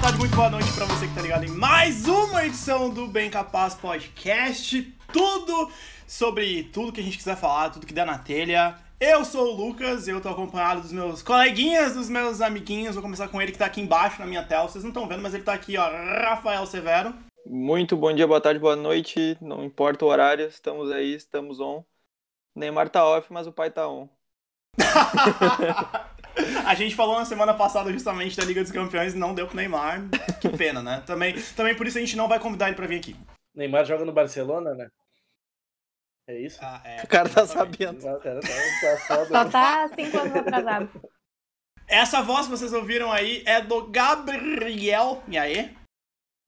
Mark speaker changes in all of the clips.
Speaker 1: tá edição do Bem Capaz Podcast. Tudo sobre tudo que a gente quiser falar, tudo que der na telha. Eu sou o Lucas, eu tô acompanhado dos meus coleguinhas, dos meus amiguinhos. Vou começar com ele que tá aqui embaixo na minha tela. Vocês não estão vendo, mas ele tá aqui, ó. Rafael Severo.
Speaker 2: Muito bom dia, boa tarde, boa noite. Não importa o horário, estamos aí, estamos on. Neymar tá off, mas o pai tá on.
Speaker 1: A gente falou na semana passada justamente da Liga dos Campeões e não deu pro Neymar. Que pena, né? Também, também por isso a gente não vai convidar ele pra vir aqui.
Speaker 3: Neymar joga no Barcelona, né? É isso?
Speaker 1: Ah, é,
Speaker 2: O cara tá
Speaker 1: exatamente.
Speaker 2: sabendo.
Speaker 3: Não, cara, tá, tá
Speaker 4: Só
Speaker 3: foda.
Speaker 4: tá cinco anos atrasado.
Speaker 1: Essa voz que vocês ouviram aí é do Gabriel. E aí?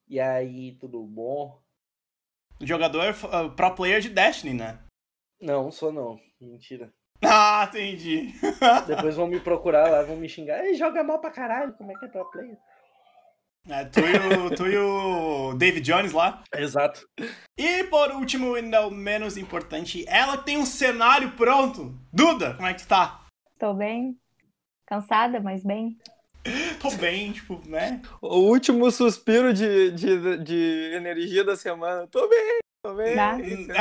Speaker 3: E aí, tudo bom?
Speaker 1: Jogador uh, pro player de Destiny, né?
Speaker 3: Não, não sou não. Mentira.
Speaker 1: Ah, entendi.
Speaker 3: Depois vão me procurar lá, vão me xingar. Ei, joga mal pra caralho, como é que é pro player?
Speaker 1: É, tu, e o, tu e o David Jones lá.
Speaker 3: Exato.
Speaker 1: E por último, e não menos importante, ela tem um cenário pronto. Duda, como é que tu tá?
Speaker 4: Tô bem. Cansada, mas bem.
Speaker 1: Tô bem, tipo, né?
Speaker 2: O último suspiro de, de, de energia da semana. Tô bem, tô bem.
Speaker 4: Dá.
Speaker 2: entendeu?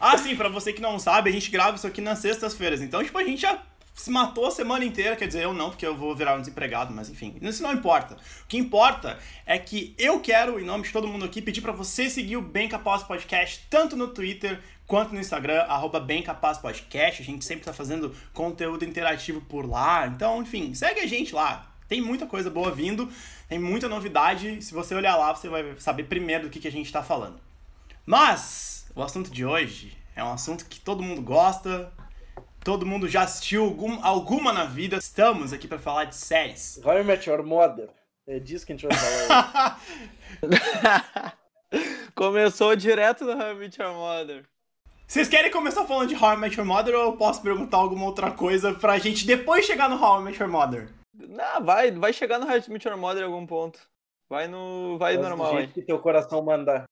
Speaker 1: Ah, sim, pra você que não sabe, a gente grava isso aqui nas sextas-feiras. Então, tipo, a gente já se matou a semana inteira. Quer dizer, eu não, porque eu vou virar um desempregado, mas enfim. Isso não importa. O que importa é que eu quero, em nome de todo mundo aqui, pedir pra você seguir o Bem Capaz Podcast, tanto no Twitter quanto no Instagram, arroba Bem Capaz Podcast. A gente sempre tá fazendo conteúdo interativo por lá. Então, enfim, segue a gente lá. Tem muita coisa boa vindo, tem muita novidade. Se você olhar lá, você vai saber primeiro do que, que a gente tá falando. Mas o assunto de hoje é um assunto que todo mundo gosta, todo mundo já assistiu algum- alguma na vida. Estamos aqui pra falar de séries.
Speaker 3: How I Met Your Mother. É disso que a gente vai falar. hoje.
Speaker 2: Começou direto do Hamid Your Mother.
Speaker 1: Vocês querem começar falando de How I Met Your Mother ou eu posso perguntar alguma outra coisa pra gente depois chegar no How I Met Your Mother?
Speaker 2: Não, vai, vai chegar no Hamid Your Mother em algum ponto. Vai no. Vai
Speaker 3: Mas
Speaker 2: normal
Speaker 3: Do
Speaker 2: aí.
Speaker 3: jeito que teu coração mandar.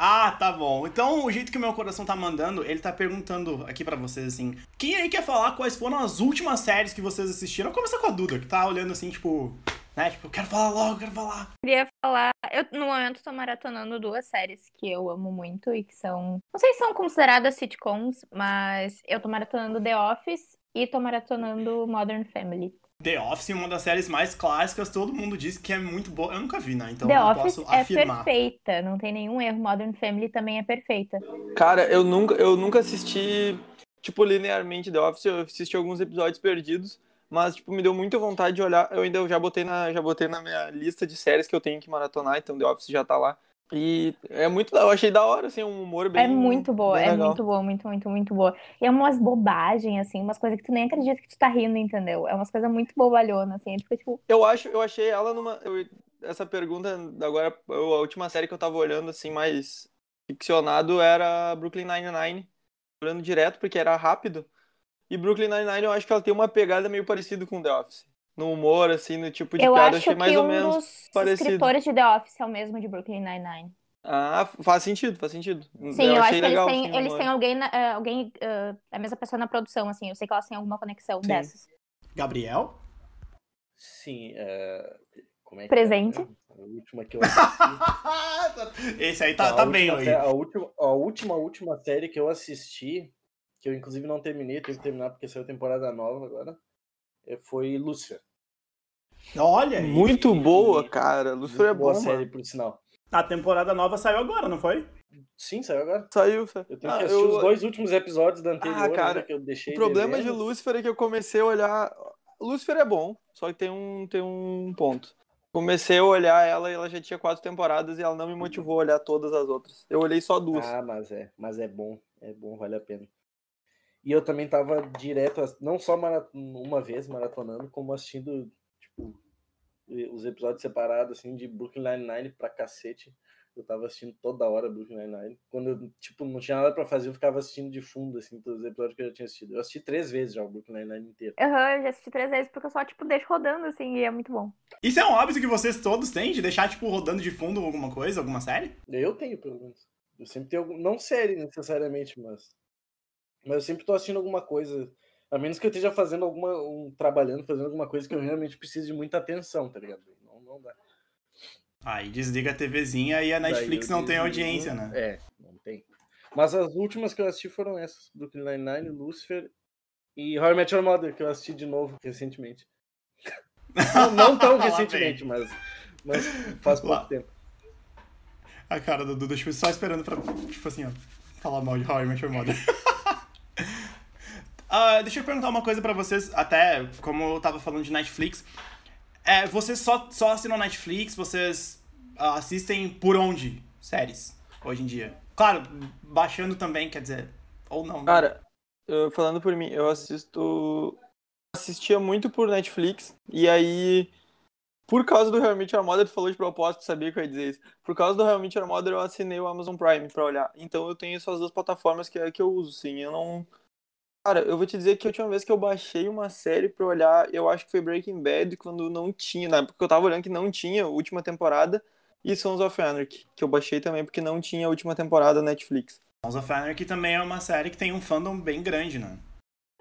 Speaker 1: Ah, tá bom. Então, o jeito que o meu coração tá mandando, ele tá perguntando aqui pra vocês assim: quem aí quer falar quais foram as últimas séries que vocês assistiram? Começa com a Duda, que tá olhando assim, tipo, né? Tipo, eu quero falar logo, eu quero falar.
Speaker 4: Queria falar. Eu, no momento, tô maratonando duas séries que eu amo muito e que são. Não sei se são consideradas sitcoms, mas eu tô maratonando The Office e tô maratonando Modern Family.
Speaker 1: The Office é uma das séries mais clássicas, todo mundo diz que é muito boa. Eu nunca vi, né? Então
Speaker 4: The
Speaker 1: eu não
Speaker 4: Office
Speaker 1: posso
Speaker 4: é
Speaker 1: afirmar.
Speaker 4: perfeita, não tem nenhum erro. Modern Family também é perfeita.
Speaker 2: Cara, eu nunca, eu nunca assisti, tipo, linearmente The Office, eu assisti alguns episódios perdidos, mas, tipo, me deu muita vontade de olhar, eu ainda já botei na, já botei na minha lista de séries que eu tenho que maratonar, então The Office já tá lá. E é muito, da- eu achei da hora, assim, um humor bem
Speaker 4: é muito boa,
Speaker 2: bem
Speaker 4: é
Speaker 2: legal.
Speaker 4: muito boa, muito, muito, muito boa. E é umas bobagens, assim, umas coisas que tu nem acredita que tu tá rindo, entendeu? É umas coisas muito bobalhonas, assim. Ele fica tipo,
Speaker 2: Eu acho, eu achei ela numa, eu- essa pergunta agora, eu- a última série que eu tava olhando, assim, mais ficcionado era Brooklyn Nine-Nine, olhando direto, porque era rápido, e Brooklyn Nine-Nine eu acho que ela tem uma pegada meio parecida com The Office. No humor, assim, no tipo de
Speaker 4: eu
Speaker 2: piada,
Speaker 4: acho
Speaker 2: achei mais
Speaker 4: que
Speaker 2: ou
Speaker 4: um
Speaker 2: menos.
Speaker 4: dos
Speaker 2: parecido.
Speaker 4: escritores de The Office é o mesmo de Brooklyn Nine-Nine.
Speaker 2: Ah, faz sentido, faz sentido.
Speaker 4: Sim, eu, acho
Speaker 2: achei
Speaker 4: que eles
Speaker 2: legal,
Speaker 4: têm,
Speaker 2: assim, o
Speaker 4: eles
Speaker 2: humor.
Speaker 4: têm alguém, na- eh, alguém eh, a mesma pessoa na produção, assim. Eu sei que elas têm alguma conexão
Speaker 2: Sim.
Speaker 4: dessas.
Speaker 1: Gabriel?
Speaker 3: Sim, é... como é que
Speaker 4: Presente.
Speaker 3: É? A última que eu assisti.
Speaker 1: Esse aí tá, tá
Speaker 3: a
Speaker 1: bem
Speaker 3: última,
Speaker 1: hoje.
Speaker 3: sé- A última, a última, última série que eu assisti, que eu inclusive não terminei, tenho que terminar porque saiu temporada nova agora, eh, foi Lúcifer.
Speaker 1: Olha aí.
Speaker 2: Muito boa, cara. Lúcifer é
Speaker 3: Muito É, boa
Speaker 2: bom, mano.
Speaker 3: série, por sinal.
Speaker 1: A temporada nova saiu agora, não foi?
Speaker 3: Sim, saiu agora.
Speaker 2: Saiu, Fê.
Speaker 3: Eu tenho
Speaker 2: Ah,
Speaker 3: que assistir
Speaker 2: eu- Ah,
Speaker 3: os dois últimos episódios da anterior, ainda
Speaker 2: cara,
Speaker 3: que eu deixei
Speaker 2: O problema de
Speaker 3: devendo.
Speaker 2: Lúcifer é que eu comecei a olhar. Lúcifer é bom, só que tem um, tem um ponto. Comecei a olhar ela e ela já tinha quatro temporadas e ela não me motivou a olhar todas as outras. Eu olhei só duas.
Speaker 3: Ah, mas é, mas é bom, é bom, vale a pena. E eu também tava direto, ass- não só mara- uma vez maratonando, como assistindo, tipo, eh, os episódios separados, assim, de Brooklyn Nine-Nine pra cacete. Eu tava assistindo toda hora Brooklyn Nine-Nine. Quando eu, tipo, não tinha nada pra fazer, eu ficava assistindo de fundo, assim, todos os episódios que eu já tinha assistido. Eu assisti três vezes já o Brooklyn Nine-Nine inteiro.
Speaker 4: Aham, eu já assisti três vezes porque eu só, tipo, deixo rodando, assim, e é muito bom.
Speaker 1: Isso é um hábito que vocês todos têm de deixar, tipo, rodando de fundo alguma coisa, alguma série?
Speaker 3: Eu tenho, pelo menos. Eu sempre tenho algum... Não série necessariamente, mas. Mas eu sempre tô assistindo alguma coisa. A menos que eu esteja fazendo alguma. Um... trabalhando, fazendo alguma coisa que eu realmente preciso de muita atenção, tá ligado? Não, não dá.
Speaker 1: Aí desliga a TVzinha e a
Speaker 3: Daí
Speaker 1: Netflix
Speaker 3: eu
Speaker 1: não tem
Speaker 3: desligo.
Speaker 1: audiência, né?
Speaker 3: É, não tem. Mas as últimas que eu assisti foram essas: Brooklyn Nine-Nine, Lucifer e How I Met Your Mother, que eu assisti de novo recentemente. Não, não tão
Speaker 1: Lá
Speaker 3: recentemente, mas, mas faz pouco
Speaker 1: Lá-
Speaker 3: tempo.
Speaker 1: A cara do Duda, tipo, só esperando pra, tipo assim, ó, falar mal de How I Met Your Mother. Ah, deixa eu perguntar uma coisa pra vocês, até como eu tava falando de Netflix. É, vocês só, só assinam Netflix, vocês ah, assistem por onde séries hoje em dia? Claro, baixando também, quer dizer, ou não. né?
Speaker 2: Cara, eu- falando por mim, eu assisto. Assistia muito por Netflix, e aí. Por causa do Realmente Armada, tu falou de propósito, sabia que eu ia dizer isso. Por causa do Realmente Armada, eu assinei o Amazon Prime pra olhar. Então eu tenho essas duas plataformas que, que eu uso, sim. Eu não. Cara, eu vou te dizer que a última vez que eu baixei uma série pra olhar, eu acho que foi Breaking Bad, quando não tinha, na época que eu tava olhando que não tinha a última temporada, e Sons of Anarchy, que eu baixei também porque não tinha a última temporada na Netflix.
Speaker 1: Sons of Anarchy também é uma série que tem um fandom bem grande, né?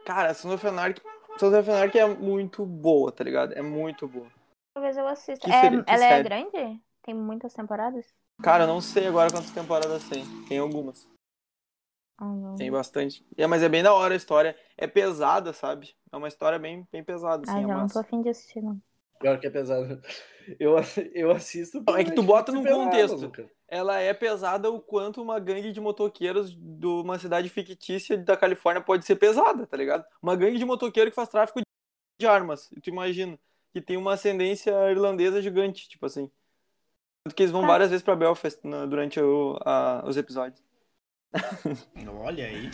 Speaker 2: Cara, Sons of Anarchy, Sons of Anarchy é muito boa, tá ligado? É muito boa.
Speaker 4: Talvez eu assista.
Speaker 2: Que
Speaker 4: É,
Speaker 2: série- que
Speaker 4: ela é
Speaker 2: série?
Speaker 4: grande? Tem muitas temporadas?
Speaker 2: Cara, eu não sei agora quantas temporadas tem. Tem algumas.
Speaker 4: Ah, não.
Speaker 2: Tem bastante. É, mas é bem da hora a história. É pesada, sabe? É uma história bem, bem pesada,
Speaker 4: Ah,
Speaker 2: assim, é
Speaker 4: já não tô
Speaker 2: massa.
Speaker 4: afim de assistir, não.
Speaker 3: Pior que é pesado. Eu, eu assisto.
Speaker 2: Não, é que tu
Speaker 3: Netflix
Speaker 2: bota
Speaker 3: e
Speaker 2: num
Speaker 3: pela
Speaker 2: contexto.
Speaker 3: Amazon, cara.
Speaker 2: Ela é pesada o quanto uma gangue de motoqueiros de uma cidade fictícia da Califórnia pode ser pesada, tá ligado? Uma gangue de motoqueiro que faz tráfico de armas, e tu imagina. Que tem uma ascendência irlandesa gigante, tipo assim. Tanto que eles vão
Speaker 4: Ah.
Speaker 2: várias vezes pra Belfast na- durante o- a- os episódios.
Speaker 1: Olha aí.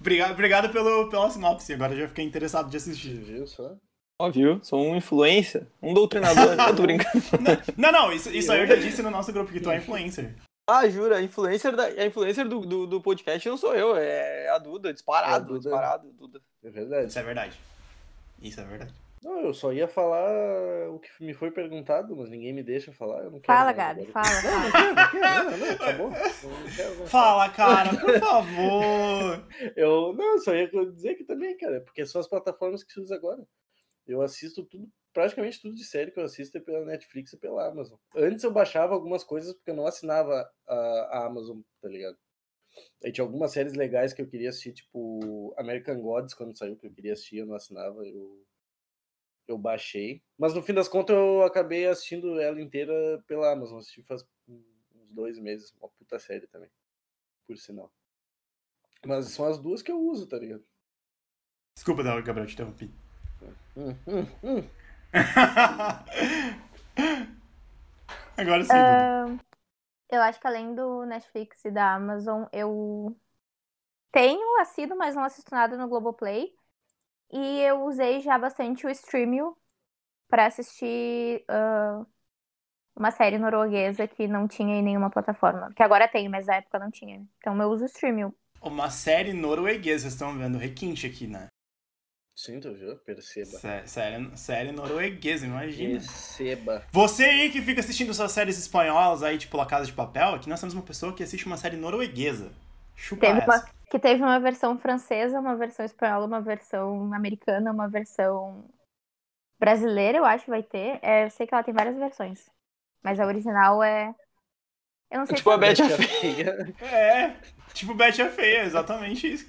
Speaker 1: Obrigado, obrigado pelo, pela sinopse, agora eu já fiquei interessado de assistir.
Speaker 3: Viu só?
Speaker 2: Ó, viu? Sou um influencer, um doutrinador. eu tô brincando.
Speaker 1: Não, não, isso, isso aí eu já disse no nosso grupo que tu é influencer.
Speaker 2: Ah, jura, a influencer, da, a influencer do, do, do podcast não sou eu, é a Duda, disparado,
Speaker 3: É a Duda.
Speaker 2: disparado, Duda.
Speaker 3: É verdade.
Speaker 1: Isso é verdade. Isso é verdade.
Speaker 3: Não, eu só ia falar o que me foi perguntado, mas ninguém me deixa falar. Eu não quero
Speaker 4: Fala,
Speaker 3: mais
Speaker 4: Gabi,
Speaker 3: agora.
Speaker 4: fala. fala.
Speaker 3: Não, quero, não, não, acabou. Não quero mais.
Speaker 1: Fala, cara, por favor.
Speaker 3: Eu não, só ia dizer que também, cara, porque são as plataformas que se usa agora. Eu assisto tudo, praticamente tudo de série que eu assisto é pela Netflix e pela Amazon. Antes eu baixava algumas coisas porque eu não assinava a, a Amazon, tá ligado? Aí tinha algumas séries legais que eu queria assistir, tipo American Gods, quando saiu, que eu queria assistir, eu não assinava, eu, eu baixei. Mas no fim das contas eu acabei assistindo ela inteira pela Amazon. Assisti faz uns dois meses, uma puta série também, por sinal. Mas são as duas que eu uso, tá ligado?
Speaker 1: Desculpa, Gabriel, te interrompi.
Speaker 3: Hum, hum, hum.
Speaker 1: Agora sim, Duda.
Speaker 4: Ah, Eu acho que além do Netflix e da Amazon, eu tenho assido, mas não assisto nada no Globoplay. E eu usei já bastante o Streamio pra assistir ah, uma série norueguesa que não tinha em nenhuma plataforma. Que agora tem, mas na época não tinha. Então eu uso o Streamio.
Speaker 1: Uma série norueguesa, vocês estão vendo requinte aqui, né?
Speaker 3: Sim, tu viu? Perceba.
Speaker 1: Sé- Série, série norueguesa, imagina.
Speaker 3: Perceba.
Speaker 1: Você aí que fica assistindo suas séries espanholas aí, tipo La Casa de Papel, aqui nós temos uma pessoa que assiste uma série norueguesa. Chupa
Speaker 4: Teve
Speaker 1: essa.
Speaker 4: uma- que teve uma versão francesa, uma versão espanhola, uma versão americana, uma versão brasileira, eu acho, vai ter. É, eu sei que ela tem várias versões. Mas a original é. Eu não sei
Speaker 2: Tipo a
Speaker 4: se.
Speaker 2: Beth
Speaker 3: Bete a feia.
Speaker 1: É, tipo Betty a Feia, exatamente isso.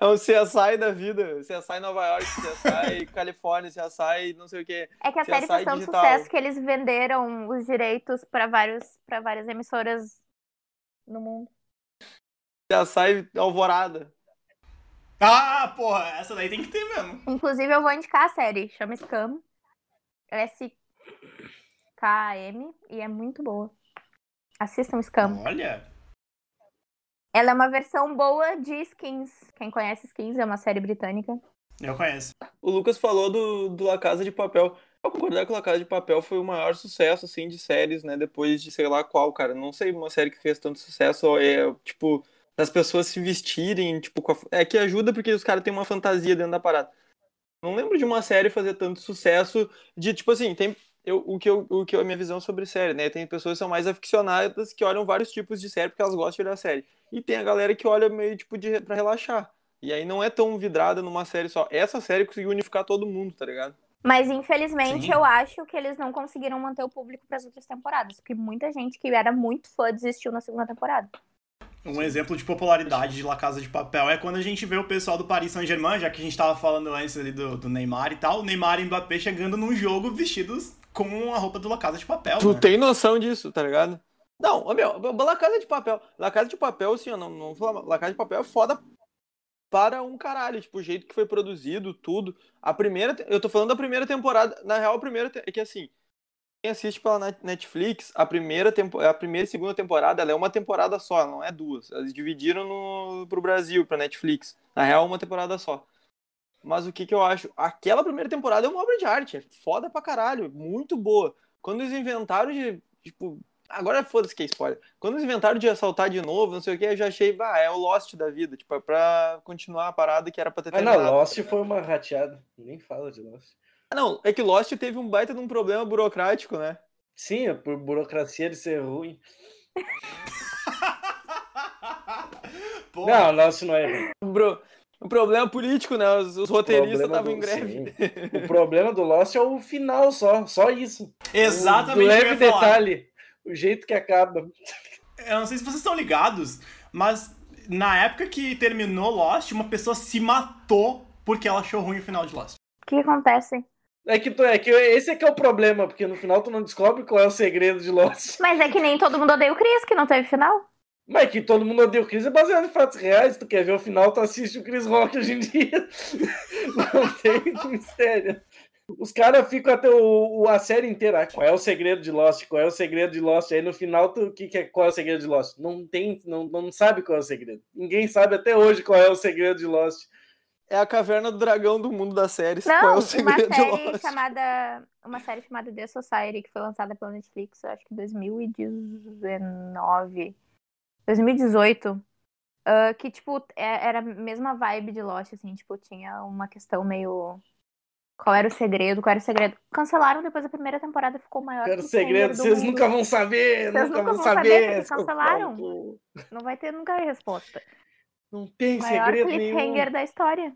Speaker 2: É o CSI da vida, CSI Nova York, CSI Califórnia, CSI não sei o que.
Speaker 4: É que a
Speaker 2: se
Speaker 4: série
Speaker 2: essa
Speaker 4: foi tão
Speaker 2: digital-
Speaker 4: sucesso que eles venderam os direitos para vários para várias emissoras no mundo.
Speaker 2: CSI Alvorada.
Speaker 1: Ah, porra, essa daí tem que ter mesmo.
Speaker 4: Inclusive, eu vou indicar a série, chama Scam. S-K-M, e é muito boa. Assistam Scam.
Speaker 1: Olha.
Speaker 4: Ela é uma versão boa de Skins. Quem conhece Skins é uma série britânica.
Speaker 1: Eu conheço.
Speaker 2: O Lucas falou do, do La Casa de Papel. Eu concordar que La Casa de Papel foi o maior sucesso, assim, de séries, né? Depois de sei lá qual, cara. Não sei uma série que fez tanto sucesso, é, tipo, das pessoas se vestirem, tipo, com a- é que ajuda porque os caras têm uma fantasia dentro da parada. Não lembro de uma série fazer tanto sucesso de, tipo assim, tem. Eu, o que eu, o que eu, a minha visão sobre série, né? Tem pessoas que são mais aficionadas que olham vários tipos de série porque elas gostam de olhar série. E tem a galera que olha meio tipo de para relaxar. E aí não é tão vidrada numa série só. Essa série conseguiu unificar todo mundo, tá ligado?
Speaker 4: Mas infelizmente
Speaker 1: Sim.
Speaker 4: eu acho que eles não conseguiram manter o público para as outras temporadas, porque muita gente que era muito fã desistiu na segunda temporada.
Speaker 1: Um exemplo de popularidade de La Casa de Papel é quando a gente vê o pessoal do Paris Saint-Germain, já que a gente tava falando antes ali do, do Neymar e tal, o Neymar e o Mbappé chegando num jogo vestidos com a roupa do La Casa de Papel.
Speaker 2: Tu
Speaker 1: né?
Speaker 2: tem noção disso, tá ligado? Não, ô, meu, La Casa de Papel. La Casa de Papel, assim, eu não, não vou falar. La Casa de Papel é foda para um caralho. Tipo, o jeito que foi produzido, tudo. A primeira. te- Eu tô falando da primeira temporada. Na real, a primeira. te- É que assim. Quem assiste pela Net- Netflix, a primeira, tempo, a primeira e segunda temporada, ela é uma temporada só, não é duas. Eles dividiram no, pro Brasil, pra Netflix. Na real, é uma temporada só. Mas o que que eu acho? Aquela primeira temporada é uma obra de arte. É foda pra caralho. Muito boa. Quando eles inventaram de. Tipo, agora foda-se que é spoiler. Quando eles inventaram de assaltar de novo, não sei o que, eu já achei, ah, é o Lost da vida. Tipo, é pra continuar a parada que era pra ter
Speaker 3: Mas na
Speaker 2: terminado.
Speaker 3: Ah, Lost foi uma rateada. Nem fala de Lost.
Speaker 2: Ah, não, é que Lost teve um baita de um problema burocrático, né?
Speaker 3: Sim, é por burocracia de ser ruim.
Speaker 1: Pô,
Speaker 3: Não, Lost não é ruim.
Speaker 2: Bro, um problema político, né? Os, os
Speaker 3: O
Speaker 2: roteiristas estavam
Speaker 3: problema do-
Speaker 2: em greve.
Speaker 3: sim. O problema do Lost é o final só. Só isso.
Speaker 1: exatamente
Speaker 3: Um
Speaker 1: o que eu
Speaker 3: leve
Speaker 1: ia falar.
Speaker 3: detalhe. O jeito que acaba.
Speaker 1: Eu não sei se vocês estão ligados, mas na época que terminou Lost, uma pessoa se matou porque ela achou ruim o final de Lost.
Speaker 4: O que acontece?
Speaker 3: É que, tu- é que esse é que é o problema, porque no final tu não descobre qual é o segredo de Lost.
Speaker 4: Mas é que nem todo mundo odeia o Chris, que não teve final.
Speaker 3: Mas que todo mundo odeia o Chris é baseado em fatos reais. Tu quer ver o final, tu assiste o Chris Rock hoje em dia. Não tem muito mistério. Os caras ficam até o, o- a série inteira. ah, Qual é o segredo de Lost? Qual é o segredo de Lost? Aí no final, tu, que, que é, qual é o segredo de Lost? Não tem, não, não sabe qual é o segredo. Ninguém sabe até hoje qual é o segredo de Lost.
Speaker 2: É a caverna do dragão do mundo das séries. Qual é
Speaker 4: Não,
Speaker 2: o
Speaker 4: uma
Speaker 2: segredo de
Speaker 4: série
Speaker 2: Lost?
Speaker 4: chamada. Uma série chamada The Society, que foi lançada pela Netflix, eu acho que em 2019. 2018. ah, que, tipo, é- era a mesma vibe de Lost, assim, tipo, tinha uma questão meio. Qual era o segredo? Qual era o segredo? Cancelaram depois a primeira temporada, ficou maior.
Speaker 3: Qual era o
Speaker 4: Ah, que
Speaker 3: segredo?
Speaker 4: do
Speaker 3: Vocês
Speaker 4: mundo.
Speaker 3: nunca vão saber.
Speaker 4: Vocês
Speaker 3: nunca vão saber.
Speaker 4: porque cancelaram. Não vai ter nunca resposta.
Speaker 3: Não tem
Speaker 4: Maior
Speaker 3: segredo nenhum.
Speaker 4: cliffhanger da história.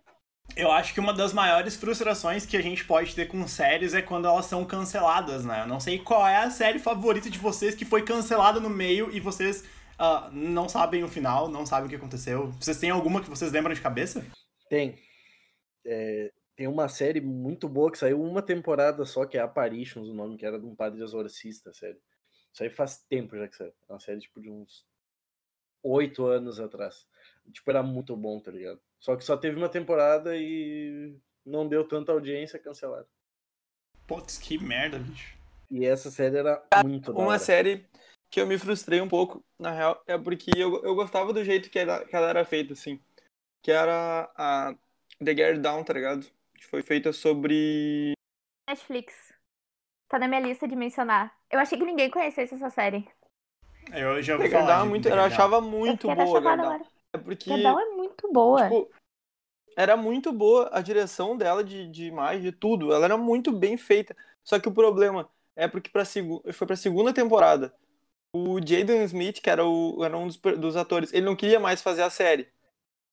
Speaker 1: Eu acho que uma das maiores frustrações que a gente pode ter com séries é quando elas são canceladas, né? Eu não sei qual é a série favorita de vocês que foi cancelada no meio e vocês ah, não sabem o final, não sabem o que aconteceu. Vocês têm alguma que vocês lembram de cabeça?
Speaker 3: Tem. É, tem uma série muito boa que saiu uma temporada só, que é Apparitions, o nome, que era de um padre exorcista, a série. Isso aí faz tempo já que saiu. É uma série, tipo, de uns oito anos atrás. Tipo, era muito bom, tá ligado? Só que só teve uma temporada e não deu tanta audiência, cancelaram.
Speaker 1: Putz, que merda, bicho.
Speaker 3: E essa série era muito da
Speaker 2: Uma
Speaker 3: hora.
Speaker 2: série que eu me frustrei um pouco, na real, é porque eu, eu gostava do jeito que ela, que ela era feita, assim. Que era a The Get Down, tá ligado? Que foi feita sobre.
Speaker 4: Netflix. Tá na minha lista de mencionar. Eu achei que ninguém conhecesse essa série.
Speaker 1: Eu já
Speaker 2: The
Speaker 1: ouvi
Speaker 2: Get
Speaker 1: falar.
Speaker 2: Down,
Speaker 1: de-
Speaker 2: muito,
Speaker 1: de
Speaker 2: eu
Speaker 1: Gerdau.
Speaker 2: achava muito
Speaker 4: eu fiquei
Speaker 2: boa.
Speaker 4: apaixonada
Speaker 2: Get Down.
Speaker 4: agora.
Speaker 2: É porque.
Speaker 4: Gedal é muito boa.
Speaker 2: Tipo, era muito boa a direção dela de, de imagem, de tudo. Ela era muito bem feita. Só que o problema é porque pra segu... foi pra segunda temporada. O Jaden Smith, que era, o... era um dos, per- dos atores, ele não queria mais fazer a série.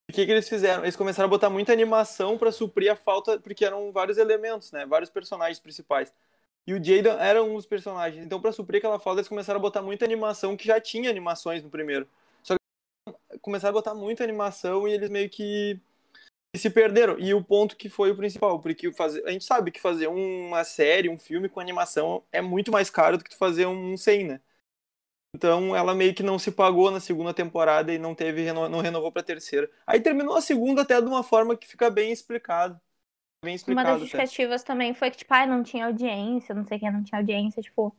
Speaker 2: O que, que eles fizeram? Eles começaram a botar muita animação pra suprir a falta, porque eram vários elementos, né? Vários personagens principais. E o Jaden era um dos personagens. Então, pra suprir aquela falta, eles começaram a botar muita animação, que já tinha animações no primeiro. Só que começaram a botar muita animação e eles meio que e se perderam. E o ponto que foi o principal, porque fazer, a gente sabe que fazer uma série, um filme com animação é muito mais caro do que tu fazer um sem, né? Então ela meio que não se pagou na segunda temporada e não teve reno- não renovou pra terceira. Aí terminou a segunda até de uma forma que fica bem explicado. Bem
Speaker 4: Uma
Speaker 2: Tipo, explicado.
Speaker 4: das
Speaker 2: até.
Speaker 4: justificativas também foi que, tipo, ah, não tinha audiência, não sei o que, não tinha audiência, tipo.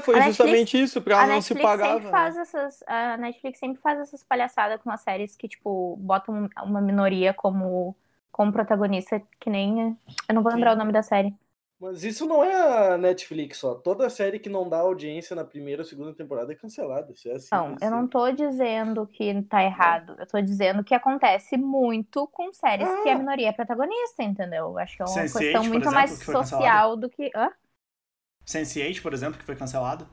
Speaker 2: Foi
Speaker 4: a Netflix-
Speaker 2: justamente isso, porque ela
Speaker 4: a
Speaker 2: não
Speaker 4: Netflix
Speaker 2: se pagava.
Speaker 4: sempre
Speaker 2: né?
Speaker 4: faz essas. A Netflix sempre faz essas palhaçadas com as séries que, tipo, botam uma minoria como, como protagonista, que nem. Eu não vou lembrar
Speaker 2: Sim.
Speaker 4: o nome da série.
Speaker 3: Mas isso não é a Netflix só. Toda série que não dá audiência na primeira ou segunda temporada é cancelada. Isso é assim.
Speaker 4: Não, eu não tô dizendo que tá errado. Eu tô dizendo que acontece muito com séries que a
Speaker 3: Ah.
Speaker 4: minoria é protagonista, entendeu? Eu Acho que é uma
Speaker 1: Sense8,
Speaker 4: questão
Speaker 1: por
Speaker 2: tipo,
Speaker 4: muito
Speaker 1: exemplo,
Speaker 4: mais
Speaker 1: que foi cancelada.
Speaker 4: social do que. Hã?
Speaker 1: Sense8, por exemplo, que foi cancelado.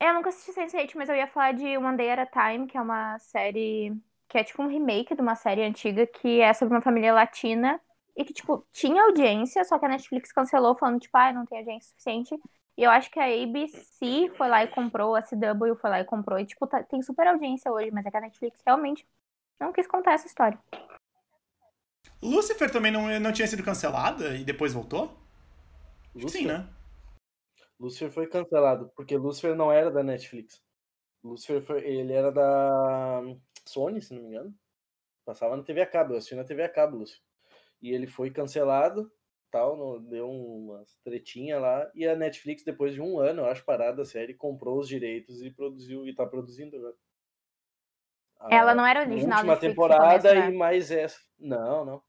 Speaker 4: É, Eu nunca assisti Sense8, mas eu ia falar de One Day at a Time, que é uma série que é tipo um remake de uma série antiga que é sobre uma família latina e que, tipo, tinha audiência, só que a Netflix cancelou falando, tipo, ah, não tem audiência suficiente. E eu acho que a ABC foi lá e comprou, a CW foi lá e comprou. E, tipo, tá- tem super audiência hoje, mas é que a Netflix realmente não quis contar essa história.
Speaker 1: Lucifer também não, não tinha sido cancelada e depois voltou? Acho que
Speaker 3: Lucifer,
Speaker 1: Sim, né?
Speaker 3: Lucifer foi cancelado, porque Lucifer não era da Netflix. Lucifer foi- ele era da hum, Sony, se não me engano. Passava na TV a cabo, eu assisti na TV a cabo, Lucifer. E ele foi cancelado, tal, no- deu umas tretinha lá, e a Netflix, depois de um ano, eu acho, parada a série, comprou os direitos e produziu, e tá produzindo agora.
Speaker 4: Ela
Speaker 3: A
Speaker 4: não era original
Speaker 3: Ah, é. última
Speaker 4: Netflix no
Speaker 3: temporada
Speaker 4: começo, né?
Speaker 3: e mais essa. Não, não.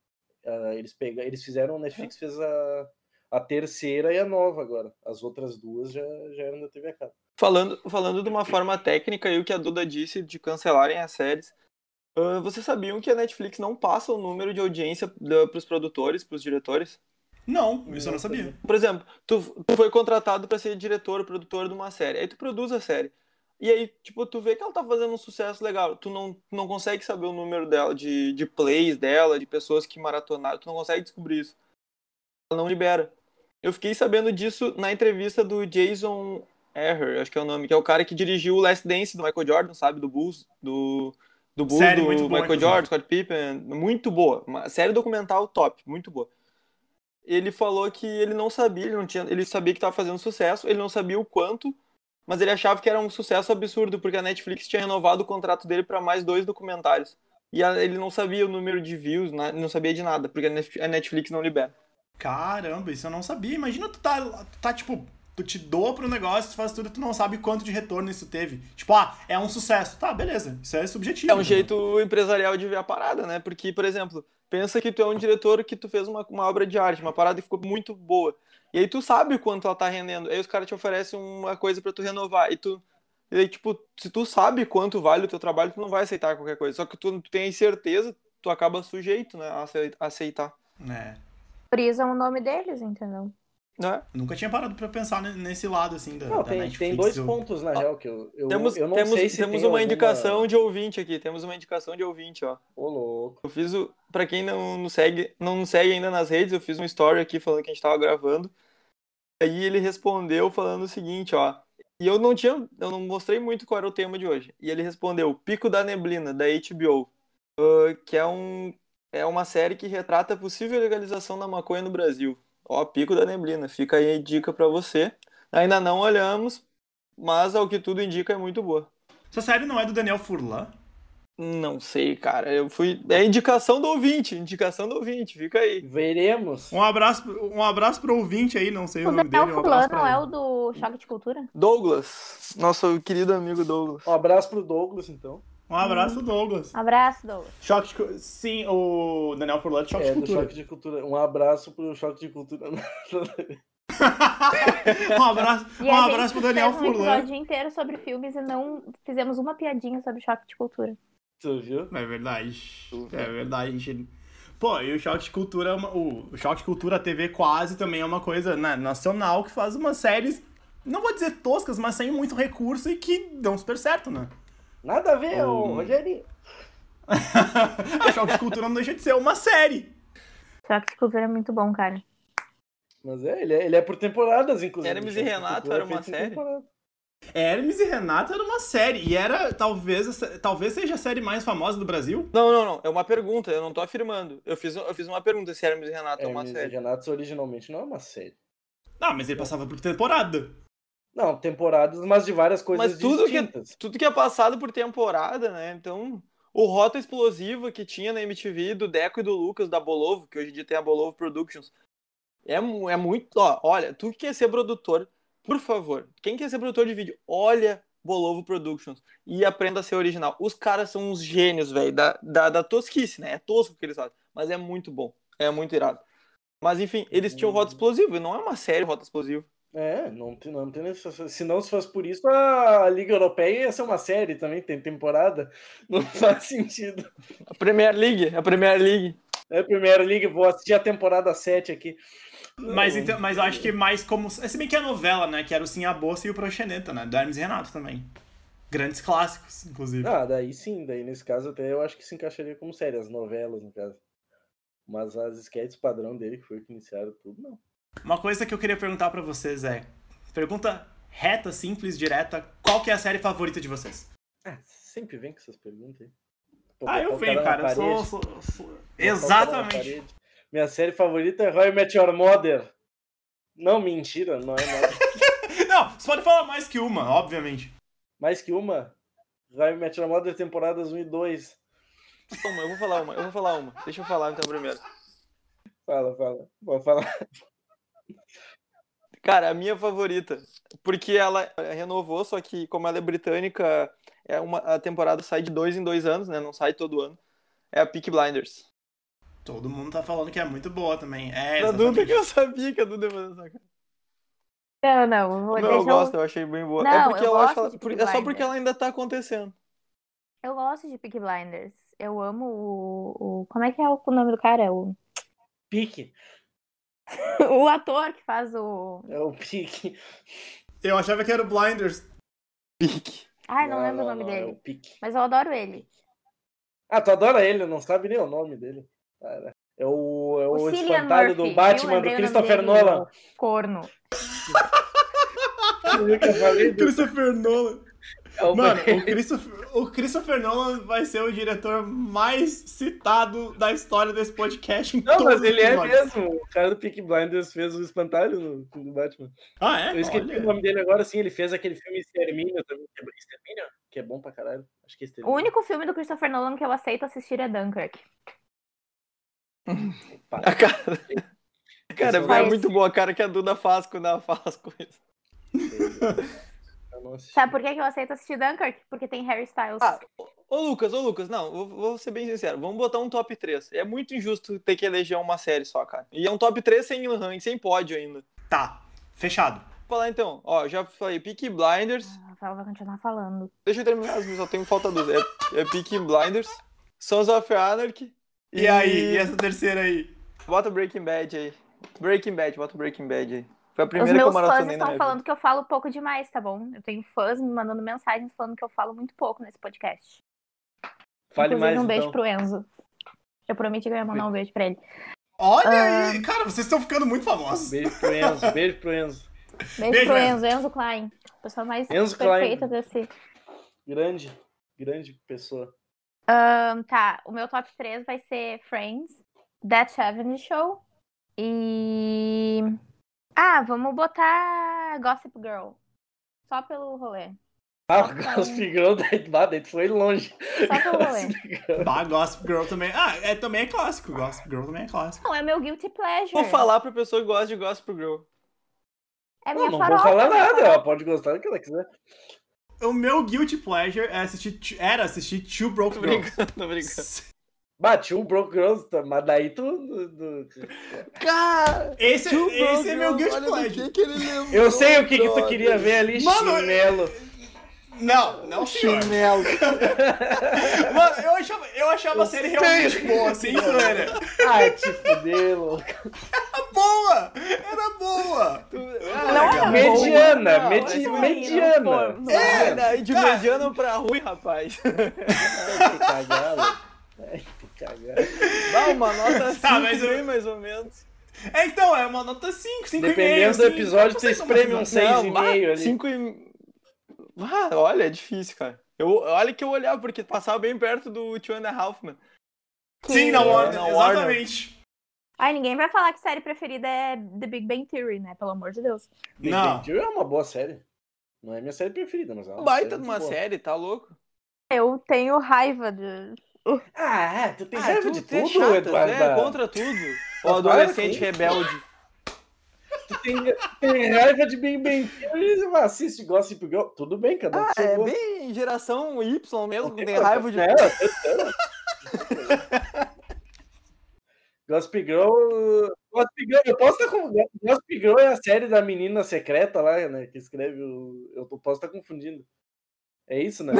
Speaker 3: Ah, eles, pega... eles fizeram, o Netflix fez a... a terceira e a nova agora. As outras duas já, já eram da TV a cabo.
Speaker 2: Falando, falando de uma forma técnica e o que a Duda disse de cancelarem as séries, ah, vocês sabiam que a Netflix não passa o número de audiência para os produtores, para os diretores?
Speaker 1: Não, isso eu não sabia.
Speaker 2: Por exemplo, tu, tu foi contratado para ser diretor, produtor de uma série, aí tu produz a série. E aí, tipo, tu vê que ela tá fazendo um sucesso legal. Tu não, não consegue saber o número dela, de, de plays dela, de pessoas que maratonaram. Tu não consegue descobrir isso. Ela não libera. Eu fiquei sabendo disso na entrevista do Jason Error, acho que é o nome, que é o cara que dirigiu o Last Dance do Michael Jordan, sabe? Do Bulls, do, do Bulls,
Speaker 1: Série
Speaker 2: do
Speaker 1: muito boa,
Speaker 2: Michael
Speaker 1: inclusive.
Speaker 2: Jordan, Scott Pippen. Muito boa. Uma série documental top, muito boa. Ele falou que ele não sabia, ele, não tinha, ele sabia que tava fazendo sucesso, ele não sabia o quanto, mas ele achava que era um sucesso absurdo, porque a Netflix tinha renovado o contrato dele para mais dois documentários. E a- ele não sabia o número de views, na- não sabia de nada, porque a Netf- a Netflix não libera.
Speaker 1: Caramba, isso eu não sabia. Imagina tu tá, tu tá tipo, tu te doa pro negócio, tu faz tudo, tu não sabe quanto de retorno isso teve. Tipo, ah, é um sucesso. Tá, beleza. Isso é subjetivo.
Speaker 2: É um
Speaker 1: né?
Speaker 2: jeito empresarial de ver a parada, né? Porque, por exemplo, pensa que tu é um diretor que tu fez uma, uma obra de arte, uma parada que ficou muito boa. E aí tu sabe o quanto ela tá rendendo. Aí os caras te oferecem uma coisa pra tu renovar. E tu. E aí, tipo, se tu sabe quanto vale o teu trabalho, tu não vai aceitar qualquer coisa. Só que tu, tu tem a incerteza, tu acaba sujeito, né? A acei- aceitar.
Speaker 1: É.
Speaker 4: Frisam o nome deles, entendeu?
Speaker 2: Né?
Speaker 1: Eu nunca tinha parado pra pensar ne- nesse lado, assim, da,
Speaker 3: Não,
Speaker 1: da
Speaker 3: tem,
Speaker 1: Netflix.
Speaker 3: tem dois
Speaker 1: eu-
Speaker 3: pontos, na real, que eu, eu,
Speaker 2: Temos,
Speaker 3: eu não
Speaker 2: temos,
Speaker 3: sei se
Speaker 2: temos
Speaker 3: tem
Speaker 2: uma
Speaker 3: alguma-
Speaker 2: indicação de ouvinte aqui. Temos uma indicação de ouvinte, ó.
Speaker 3: Ô, louco.
Speaker 2: Eu fiz o. Pra quem não nos segue, não nos segue ainda nas redes, eu fiz um story aqui falando que a gente tava gravando. Aí ele respondeu falando o seguinte, ó. E eu não tinha. Eu não mostrei muito qual era o tema de hoje. E ele respondeu: Pico da Neblina, da HBO. ah, que é um. É uma série que retrata a possível legalização da maconha no Brasil. Ó, Pico da Neblina. Fica aí a dica pra você. Ainda não olhamos, mas ao que tudo indica é muito boa.
Speaker 1: Essa série não é do Daniel Furlan.
Speaker 2: Não sei, cara. Eu fui. É indicação do ouvinte, indicação do ouvinte, fica aí.
Speaker 3: Veremos.
Speaker 1: Um abraço, um abraço pro ouvinte aí, não sei o,
Speaker 4: O
Speaker 1: nome
Speaker 4: Daniel
Speaker 1: dele. Um abraço
Speaker 4: Fulano
Speaker 1: pra
Speaker 4: é
Speaker 1: ele.
Speaker 4: o do Choque de Cultura?
Speaker 2: Douglas, nosso querido amigo Douglas.
Speaker 3: Um abraço pro Douglas, então.
Speaker 1: Um abraço pro Douglas.
Speaker 4: Abraço, Douglas.
Speaker 1: Choque de... cu- Sim, o Daniel Furlan é de Choque
Speaker 3: é,
Speaker 1: de
Speaker 3: do
Speaker 1: Cultura.
Speaker 3: Choque de Cultura. Um abraço pro Choque de Cultura.
Speaker 1: um abraço,
Speaker 4: E
Speaker 1: um
Speaker 4: a gente
Speaker 1: abraço pro Daniel
Speaker 4: fez um
Speaker 1: Furlan.
Speaker 4: episódio inteiro sobre filmes e não fizemos uma piadinha sobre Choque de Cultura.
Speaker 3: tu viu?
Speaker 1: É verdade. É verdade, a gente. Pô, e o Choque de Cultura é uma. O Choque de Cultura TV quase também é uma coisa né, nacional que faz umas séries, não vou dizer toscas, mas sem muito recurso e que dão super certo, né?
Speaker 3: Nada a ver,
Speaker 1: Hum.
Speaker 3: ô, Rogério.
Speaker 1: a Choque de Cultura não deixa de ser uma série.
Speaker 4: Choque de Cultura é muito bom, cara.
Speaker 3: Mas é ele, é, ele é por temporadas, inclusive.
Speaker 2: Hermes e
Speaker 3: Choque de
Speaker 2: Renato
Speaker 3: Cultura
Speaker 2: era
Speaker 3: é
Speaker 2: uma
Speaker 3: feito em
Speaker 2: série?
Speaker 3: temporada.
Speaker 1: Hermes e Renato era uma série. E era, talvez, essa- talvez seja a série mais famosa do Brasil.
Speaker 2: Não, não, não. É uma pergunta, eu não tô afirmando. Eu fiz, eu fiz uma pergunta se Hermes e Renato é uma
Speaker 3: Hermes e
Speaker 2: série.
Speaker 3: Renato originalmente não é uma série.
Speaker 1: Ah, mas ele passava por temporada.
Speaker 3: Não, temporadas, mas de várias coisas
Speaker 2: Mas tudo que-
Speaker 3: distintas.
Speaker 2: Tudo que é passado por temporada, né? Então, o Rota Explosiva que tinha na MTV do Deco e do Lucas, da Bolovo, que hoje em dia tem a Bolovo Productions. É, mu- é muito. Ó, olha, tu que quer ser produtor, por favor, quem quer ser produtor de vídeo, olha Bolovo Productions e aprenda a ser original. Os caras são uns gênios, velho, da, da, da tosquice, né? É tosco o que eles fazem, mas é muito bom, é muito irado. Mas enfim, eles tinham Rota Explosiva, e não é uma série Rota Explosiva.
Speaker 3: É, não tem, não tem necessidade. Se não se fosse por isso, a Liga Europeia ia ser uma série também, tem temporada. Não faz sentido.
Speaker 2: A Premier League, a Premier League.
Speaker 3: É a Primeira Liga, vou assistir a temporada 7 aqui.
Speaker 1: Mas, então, mas eu acho que mais como. Se bem que é novela, né? Que era o Sim a Bolsa e o Proxeneta, né? Do Hermes e Renato também. Grandes clássicos, inclusive.
Speaker 3: Ah, daí sim, daí nesse caso até eu acho que se encaixaria como série, as novelas, no caso. Mas as sketches padrão dele, que foi o que iniciaram tudo, não.
Speaker 1: Uma coisa que eu queria perguntar pra vocês é: pergunta reta, simples, direta, qual que é a série favorita de vocês?
Speaker 3: Ah, sempre vem com essas perguntas aí.
Speaker 1: Ah, eu
Speaker 3: Botar o
Speaker 1: venho,
Speaker 3: na
Speaker 1: cara. Eu sou,
Speaker 3: parede,
Speaker 1: sou- sou-
Speaker 3: botar o cara na
Speaker 1: Exatamente.
Speaker 3: parede. Minha série favorita é Roy Met Your Mother. Não, mentira, não é nada.
Speaker 1: Não, você pode falar mais que uma, obviamente.
Speaker 3: Mais que uma? Roy Met Your Mother, temporadas 1 e 2.
Speaker 2: Toma, eu vou falar uma, eu vou falar uma. Deixa eu falar então primeiro.
Speaker 3: Fala, fala. Vou falar.
Speaker 2: Cara, a minha favorita. Porque ela renovou, só que como ela é britânica, é uma, a temporada sai de dois em dois anos, né? Não sai todo ano. É a Peak Blinders.
Speaker 1: Todo mundo tá falando que é muito boa também. É,
Speaker 2: a Duda
Speaker 1: exatamente.
Speaker 2: que eu sabia que a Duda ia fazer essa cara.
Speaker 4: Não, não, vou
Speaker 2: Não,
Speaker 4: deixar
Speaker 2: eu gosto, eu achei bem boa. é
Speaker 4: Não,
Speaker 2: porque
Speaker 4: eu
Speaker 2: eu acho
Speaker 4: gosto
Speaker 2: ela-
Speaker 4: de
Speaker 2: por-
Speaker 4: Peaky
Speaker 2: É só porque
Speaker 4: Blinders.
Speaker 2: ela ainda tá acontecendo.
Speaker 4: Eu gosto de Peaky Blinders. Eu amo o, o- Como é que é o nome do cara? O,
Speaker 3: Pique.
Speaker 4: o ator que faz o.
Speaker 3: É o pique.
Speaker 1: Eu achava que era o Blinders.
Speaker 2: Peak.
Speaker 4: Ai, não, lembro o nome
Speaker 3: não,
Speaker 4: dele.
Speaker 3: É o pique.
Speaker 4: Mas eu adoro ele.
Speaker 3: Ah, tu adora ele, não sabe nem o nome dele. Cara. É o, é o,
Speaker 4: o Cillian
Speaker 3: espantalho
Speaker 4: Murphy.
Speaker 3: do Batman,
Speaker 4: eu
Speaker 3: do
Speaker 4: lembrei o nome
Speaker 3: Christopher
Speaker 4: dele,
Speaker 3: Nolan.
Speaker 4: o Corno.
Speaker 3: Eu nunca falei do-
Speaker 1: Christopher Nolan.
Speaker 3: é o-
Speaker 1: Mano, o Christopher, o Christopher Nolan vai ser o diretor mais citado da história desse podcast. Em
Speaker 3: Não,
Speaker 1: todos
Speaker 3: mas
Speaker 1: os
Speaker 3: ele é
Speaker 1: episódios.
Speaker 3: mesmo. O cara do Peak Blinders fez o espantalho no, do Batman.
Speaker 1: Ah, é?
Speaker 3: Eu esqueci
Speaker 1: Olha.
Speaker 3: o nome dele agora, sim. Ele fez aquele filme Extermínio também. Que é, Extermínio? Que é bom pra caralho. Acho que é
Speaker 4: O
Speaker 3: Extermínio.
Speaker 4: único filme do Christopher Nolan que eu aceito assistir é Dunkirk.
Speaker 3: Pá.
Speaker 2: A cara. Cara,
Speaker 3: Esse
Speaker 2: é
Speaker 4: faz-
Speaker 2: muito boa a cara que a Duda faz quando ela faz coisa.
Speaker 3: Eu não assisti.
Speaker 4: Sabe por que que eu aceito assistir Dunkirk? Porque tem Harry Styles.
Speaker 2: Ah, ô- ô Lucas, ô Lucas, não, vou, vou ser bem sincero, vamos botar um top 3. É muito injusto ter que eleger uma série só, cara. E é um top 3 sem ranking, sem pódio ainda.
Speaker 1: Tá, fechado.
Speaker 2: Vou falar então, ó, já falei, Peak Blinders.
Speaker 4: O Rafael vai continuar falando.
Speaker 2: Deixa eu terminar as minhas, só tenho falta duas. É, é Peak Blinders, Sons of Anarchy.
Speaker 1: E, aí, e essa terceira aí?
Speaker 2: Bota Breaking Bad aí. Breaking Bad, bota Breaking Bad aí. Foi a
Speaker 4: Os
Speaker 2: primeira que eu
Speaker 4: meus fãs
Speaker 2: maratonei na
Speaker 4: estão
Speaker 2: minha vida.
Speaker 4: falando que eu falo pouco demais, tá bom? Eu tenho fãs me mandando mensagens falando que eu falo muito pouco nesse podcast.
Speaker 3: Fale
Speaker 4: Inclusive,
Speaker 3: mais,
Speaker 4: um beijo
Speaker 3: então.
Speaker 4: pro Enzo. Eu prometi que eu ia mandar um beijo pra ele.
Speaker 1: Olha aí! Cara, vocês estão ficando muito famosos.
Speaker 3: Beijo pro Enzo, beijo pro Enzo.
Speaker 4: Beijo,
Speaker 1: Beijo,
Speaker 4: pro
Speaker 1: Enzo.
Speaker 4: Enzo, Enzo Klein. A pessoa mais
Speaker 3: Enzo
Speaker 4: perfeita desse.
Speaker 3: Grande, grande pessoa.
Speaker 4: Ahn, tá, o meu top 3 vai ser Friends, That 70 Show e. Ah, vamos botar Gossip Girl. Só pelo rolê.
Speaker 3: Ah,
Speaker 4: Nossa,
Speaker 3: o Gossip Girl, daí, bah, daí tu foi longe.
Speaker 4: Só pelo rolê.
Speaker 3: Gossip Girl.
Speaker 1: Bah, Gossip Girl também. Ah, é, também é clássico. Gossip Girl também é clássico.
Speaker 4: Não, é meu guilty pleasure.
Speaker 2: Vou falar pra pessoa que gosta de Gospel Girl.
Speaker 4: É minha
Speaker 3: Não, não vou
Speaker 4: farofa,
Speaker 3: falar
Speaker 4: minha
Speaker 3: nada,
Speaker 4: farofa.
Speaker 3: ela pode gostar do que ela quiser.
Speaker 1: O meu guilty pleasure é assistir, Two- era assistir Two Broke
Speaker 2: Tô
Speaker 1: Girls.
Speaker 2: brincando, tô brincando.
Speaker 3: Batiu o Broke Girls, tá, mas daí tu. tu- tu-
Speaker 2: Cara!
Speaker 1: Esse, esse é meu guilty pleasure.
Speaker 3: Eu sei o que, que tu queria ver ali,
Speaker 1: Mano,
Speaker 3: chinelo.
Speaker 1: Não, não, Tá um senhor.
Speaker 2: Chinelo.
Speaker 1: Mano, eu achava, eu achava a série realmente boa, assim, era.
Speaker 3: Ai, te fuder, louco.
Speaker 1: Boa! Era boa!
Speaker 2: Não
Speaker 1: era
Speaker 3: Mediana,
Speaker 2: Não,
Speaker 3: medi-
Speaker 4: isso aí,
Speaker 3: mediana.
Speaker 4: não foi-
Speaker 2: É,
Speaker 3: É,
Speaker 2: daí de
Speaker 1: Cara.
Speaker 2: mediano pra ruim, rapaz.
Speaker 3: Ai, que cagar, louco. Ai, que cagar.
Speaker 2: Dá uma nota 5
Speaker 1: Tá, mas eu-
Speaker 2: aí, mais ou menos.
Speaker 1: É, então, é uma nota 5, 5,5.
Speaker 3: Dependendo do
Speaker 1: assim,
Speaker 3: episódio, vocês premiam um 6,5 ali.
Speaker 2: 5 e... Ah, olha, é difícil, cara. Eu, olha que eu olhava, porque passava bem perto do Two and a Half, Man.
Speaker 1: Sim,
Speaker 3: né?
Speaker 1: na Warner,
Speaker 2: Na Warner.
Speaker 1: exatamente.
Speaker 4: Ai, ninguém vai falar que série preferida é The Big Bang Theory, né? Pelo amor de Deus.
Speaker 3: Big
Speaker 1: Não.
Speaker 3: Bang Theory é uma boa série. Não é minha série preferida, mas é uma
Speaker 2: Baita
Speaker 3: série
Speaker 2: de
Speaker 3: muito
Speaker 2: uma
Speaker 3: boa.
Speaker 2: série, tá louco?
Speaker 4: Eu tenho raiva de.
Speaker 3: Ah, tu tem
Speaker 2: Ah,
Speaker 3: raiva
Speaker 2: tu-
Speaker 3: de né?
Speaker 2: tu é
Speaker 3: tudo,
Speaker 2: chato,
Speaker 3: Eduardo.
Speaker 2: É, contra tudo. O
Speaker 3: Para com
Speaker 2: adolescente
Speaker 3: isso.
Speaker 2: rebelde.
Speaker 3: Tu tem, tem raiva de Big Bang Theory, mas assiste Gossip Girl. Tudo bem, cada um com
Speaker 2: Ah,
Speaker 3: seu
Speaker 2: é
Speaker 3: gosto.
Speaker 2: bem geração Y mesmo, que tem
Speaker 3: Não,
Speaker 2: raiva de...
Speaker 3: é, Gossip Girl... Gossip Girl, eu posso estar com... Gossip Girl é a série da menina secreta lá, né, que escreve o... Eu tô- posso estar confundindo. É isso, né?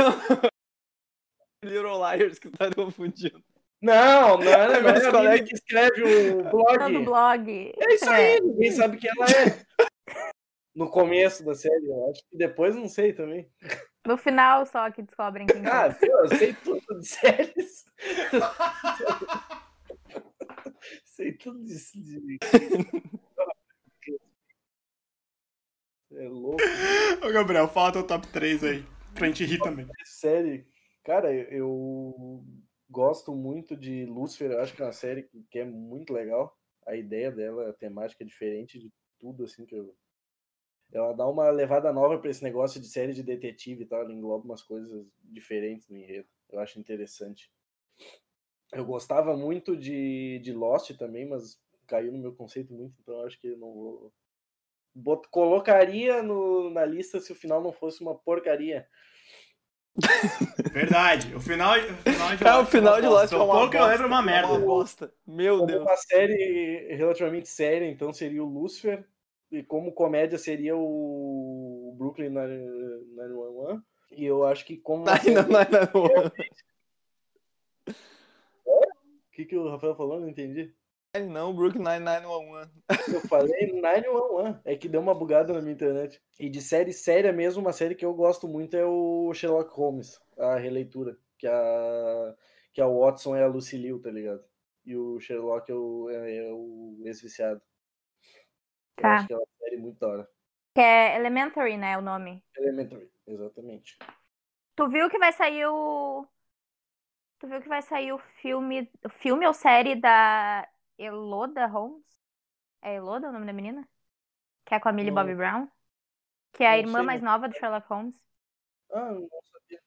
Speaker 2: Little Liars que tá confundindo.
Speaker 3: Não, não, não é a
Speaker 2: Meus
Speaker 3: menina
Speaker 2: colegas-
Speaker 3: que escreve o blog.
Speaker 4: Do blog.
Speaker 3: É isso aí, ninguém sabe quem ela é. No começo da série, eu acho. E depois não sei também.
Speaker 4: No final só que descobrem quem é.
Speaker 3: Ah, eu sei tudo de séries. tudo isso de. é louco.
Speaker 1: Ô, Gabriel, fala teu top 3 aí. Pra gente rir também.
Speaker 3: série, cara, eu gosto muito de Lucifer, eu acho que é uma série que, que é muito legal. A ideia dela, a temática é diferente de tudo, assim, que eu... Ela dá uma levada nova pra esse negócio de série de detetive e tal, ela engloba umas coisas diferentes no enredo. Eu acho interessante. Eu gostava muito de, de Lost também, mas caiu no meu conceito muito, então eu acho que eu não vou... Bot... Colocaria no, na lista se o final não fosse uma porcaria.
Speaker 1: Verdade. O final, o final de
Speaker 2: Cara, o
Speaker 1: Lost
Speaker 2: final
Speaker 1: é
Speaker 2: de
Speaker 1: uma
Speaker 2: Lost
Speaker 1: bosta.
Speaker 2: é
Speaker 1: O
Speaker 2: uma
Speaker 1: pouco que eu
Speaker 2: bosta,
Speaker 1: lembro é uma merda.
Speaker 2: Uma bosta. Meu
Speaker 3: como
Speaker 2: Deus.
Speaker 3: uma série relativamente séria, então seria o Lucifer. E como comédia seria o Brooklyn Nine- 911. E eu acho que como. uma
Speaker 2: Não,
Speaker 3: série-
Speaker 2: não, não, não.
Speaker 3: O que, que o Rafael falou? Não entendi.
Speaker 2: Não, Brook 9911.
Speaker 3: Eu falei 911. É que deu uma bugada na minha internet. E de série séria mesmo, uma série que eu gosto muito é o Sherlock Holmes, a releitura. Que a, que a Watson é a Lucy Liu, tá ligado? E o Sherlock é o, é, é o ex-viciado. Eu
Speaker 4: Tá.
Speaker 3: acho que é uma série muito da hora.
Speaker 4: Que é Elementary, né? O nome.
Speaker 3: Elementary, exatamente.
Speaker 4: Tu viu que vai sair o. Tu viu que vai sair o filme. O filme ou série da Eloda Holmes? É Eloda o nome da menina? Que é com a Millie
Speaker 3: Não.
Speaker 4: Bobby Brown? Que é a
Speaker 3: Não
Speaker 4: irmã
Speaker 3: sei,
Speaker 4: mais nova do Sherlock Holmes?
Speaker 3: Ah, não sabia.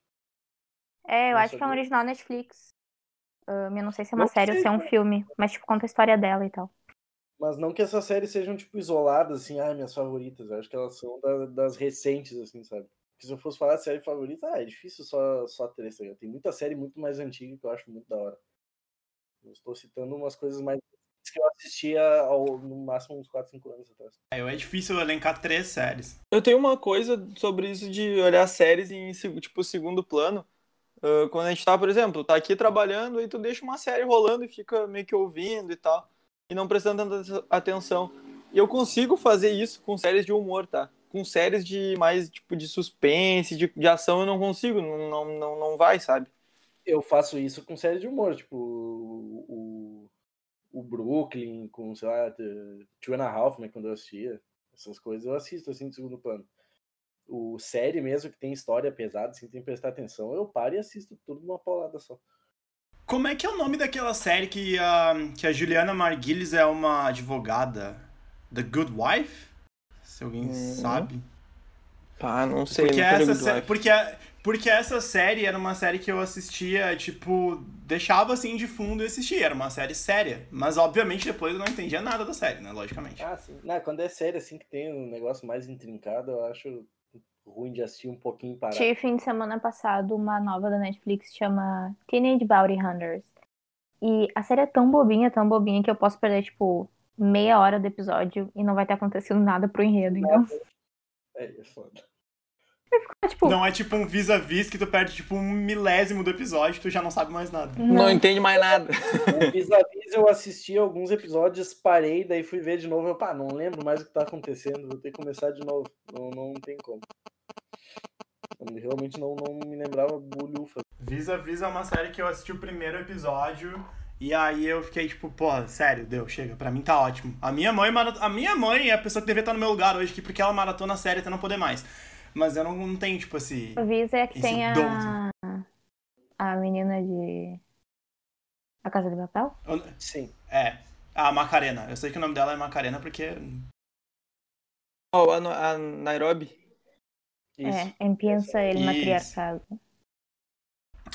Speaker 4: É, eu
Speaker 3: Não
Speaker 4: acho que é um
Speaker 3: sabia.
Speaker 4: original Netflix. Ahn, eu não sei se é uma
Speaker 3: Não
Speaker 4: série
Speaker 3: sei,
Speaker 4: ou se é um
Speaker 3: cara.
Speaker 4: filme, mas tipo, conta a história dela e tal.
Speaker 3: Mas não que essas séries sejam, tipo, isoladas, assim, ah, minhas favoritas. Eu acho que elas são da- das recentes, assim, sabe? Porque se eu fosse falar de série favorita, ah, é difícil só, só três, tá ligado? Tem muita série muito mais antiga que eu acho muito da hora. Eu estou citando umas coisas mais recentes que eu assistia ao, no máximo uns 4, 5 anos atrás.
Speaker 1: É, é difícil elencar três séries.
Speaker 2: Eu tenho uma coisa sobre isso de olhar séries em seg- tipo segundo plano. Ah, quando a gente tá, por exemplo, tá aqui trabalhando, aí tu deixa uma série rolando e fica meio que ouvindo e tal, e não prestando tanta atenção. E eu consigo fazer isso com séries de humor, tá? Com séries de mais tipo de suspense, de, de ação eu não consigo, não, não, não, não vai, sabe?
Speaker 3: Eu faço isso com série de humor, tipo, o, o Brooklyn, com, sei lá, The- Two and a Half, né, quando eu assistia. Essas coisas eu assisto, assim, de segundo plano. O série mesmo, que tem história pesada, assim, tem que prestar atenção, eu paro e assisto tudo numa paulada só.
Speaker 1: Como é que é o nome daquela série que a, que a Juliana Margulies é uma advogada? The Good Wife? Se alguém
Speaker 2: Hum.
Speaker 1: sabe.
Speaker 2: Ah, não sei.
Speaker 1: Porque
Speaker 2: nunca
Speaker 1: essa,
Speaker 2: joguei
Speaker 1: sé-
Speaker 2: Drive.
Speaker 1: porque, porque essa série era uma série que eu assistia, tipo, deixava assim de fundo e assistia. Era uma série séria. Mas obviamente depois eu não entendia nada da série, né? Logicamente.
Speaker 3: Ah, sim. Não, quando é série, assim, que tem um negócio mais intrincado, eu acho ruim de assistir um pouquinho parado.
Speaker 4: Tive fim de semana passado uma nova da Netflix chama Teenage Bounty Hunters. E a série é tão bobinha, tão bobinha, que eu posso perder, tipo, meia hora do episódio e não vai ter acontecido nada pro enredo. Então,
Speaker 3: É, é foda.
Speaker 4: é, tipo,
Speaker 1: Não é tipo um vis-a-vis que tu perde tipo um milésimo do episódio e tu já não sabe mais nada.
Speaker 2: Não
Speaker 4: não.
Speaker 2: entende mais nada.
Speaker 3: O Vis-a-Vis eu assisti alguns episódios, parei, daí fui ver de novo. Eu, pá, não lembro mais o que tá acontecendo, vou ter que começar de novo. Não, não tem como. Eu realmente não, não me lembrava bolhufa.
Speaker 1: Vis-a-vis é uma série que eu assisti o primeiro episódio e aí eu fiquei tipo, pô, sério, deu, chega, pra mim tá ótimo. A minha mãe, mara- a minha mãe é a pessoa que deveria estar no meu lugar hoje, que porque ela maratona a série até não poder mais. Mas eu não, não tenho, tipo assim.
Speaker 4: Avisa é que
Speaker 1: Esse
Speaker 4: tem
Speaker 1: dom, assim.
Speaker 4: a... a menina de. A Casa de Papel?
Speaker 1: eu-
Speaker 3: Sim.
Speaker 1: É. A Macarena. Eu sei que o nome dela é Macarena porque.
Speaker 2: Ó, a, no- a Nairobi.
Speaker 3: Isso.
Speaker 4: É, em pensa ele
Speaker 1: Isso.
Speaker 4: matriarcado.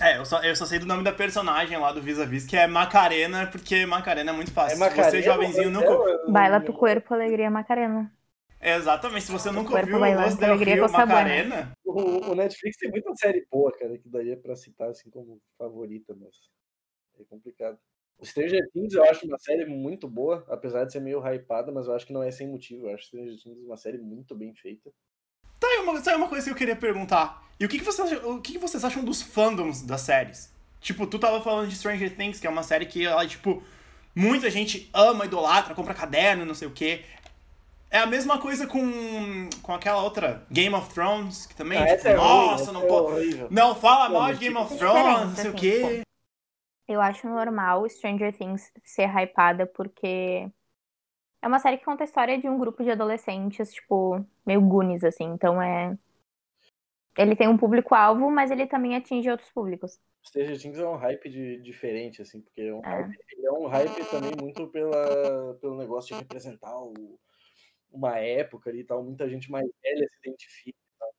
Speaker 1: É, eu só, eu só sei do nome da personagem lá do Vis-a-Vis, que é Macarena, porque Macarena é muito fácil. Se você, jovenzinho, nunca.
Speaker 4: Baila pro corpo, alegria, Macarena.
Speaker 1: Exatamente, se você nunca
Speaker 4: corpo
Speaker 1: ouviu
Speaker 4: vai
Speaker 1: o
Speaker 4: lá,
Speaker 1: Los
Speaker 4: com
Speaker 1: Del
Speaker 4: alegria,
Speaker 1: Rio
Speaker 4: com sabor, né?
Speaker 1: Macarena.
Speaker 3: O, o Netflix tem muita série boa, cara, que daria pra citar assim como favorita, mas é complicado. O Stranger Things eu acho uma série muito boa, apesar de ser meio hypada, mas eu acho que não é sem motivo. Eu acho Stranger Things uma série muito bem feita.
Speaker 1: Tá aí uma, sabe uma coisa que eu queria perguntar. E o que, que, vocês, acham- o que, que vocês acham dos fandoms das séries? Tipo, tu tava falando de Stranger Things, que é uma série que ela, tipo, muita gente ama, idolatra, compra caderno, não sei o quê. É a mesma coisa com, com aquela outra, Game of Thrones, que também,
Speaker 3: Ah,
Speaker 1: tipo,
Speaker 3: essa é ruim,
Speaker 1: nossa,
Speaker 3: essa
Speaker 1: não
Speaker 3: é
Speaker 1: pode.
Speaker 3: horrível.
Speaker 1: Não fala
Speaker 3: Pô,
Speaker 1: mal
Speaker 3: mas
Speaker 1: de Game
Speaker 3: tipo,
Speaker 1: of
Speaker 4: diferente,
Speaker 1: Thrones, não sei o
Speaker 4: assim,
Speaker 1: quê.
Speaker 4: Eu acho normal Stranger Things ser hypada porque é uma série que conta a história de um grupo de adolescentes, tipo, meio goonies, assim. Então é. Ele tem um público-alvo, mas ele também atinge outros públicos.
Speaker 3: Stranger Things é um hype de- diferente, assim, porque é um, hype, ele é um hype também muito pela, pelo negócio de representar o- uma época ali e tal. Muita gente mais velha se identifica. e tal.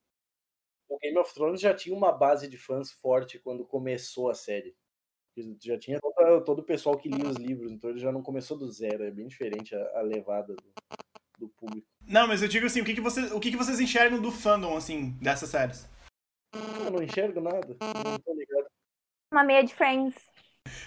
Speaker 3: O Game of Thrones já tinha uma base de fãs forte quando começou a série. Já tinha toda- todo o pessoal que lia os livros, então ele já não começou do zero. É bem diferente a, a levada do, do público.
Speaker 1: Não, mas eu digo assim, o que, que, vocês, o que, que vocês enxergam do fandom, assim, dessas séries?
Speaker 3: Eu não enxergo nada, não tô ligado.
Speaker 4: Uma meia de Friends.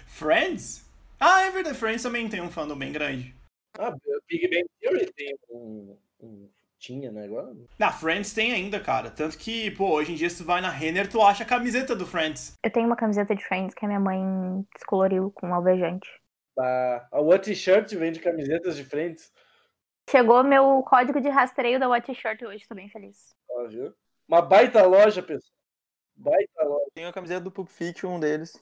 Speaker 1: Friends? Ah, é verdade, Friends também tem um fandom bem grande.
Speaker 3: Ah, Big Bang Theory tem um. um tinha, né? Agora
Speaker 1: Na Friends tem ainda, cara. Tanto que, pô, hoje em dia se tu vai na Renner, tu acha a camiseta do Friends.
Speaker 4: Eu tenho uma camiseta de Friends que a minha mãe descoloriu com um alvejante.
Speaker 3: da a What Shirt vende camisetas de frente,
Speaker 4: Chegou meu código de rastreio da Watch Short hoje, tô bem feliz.
Speaker 3: ó, viu? Uma baita loja, pessoal. Baita loja.
Speaker 2: Tem a camiseta do Pulp Fiction, um deles.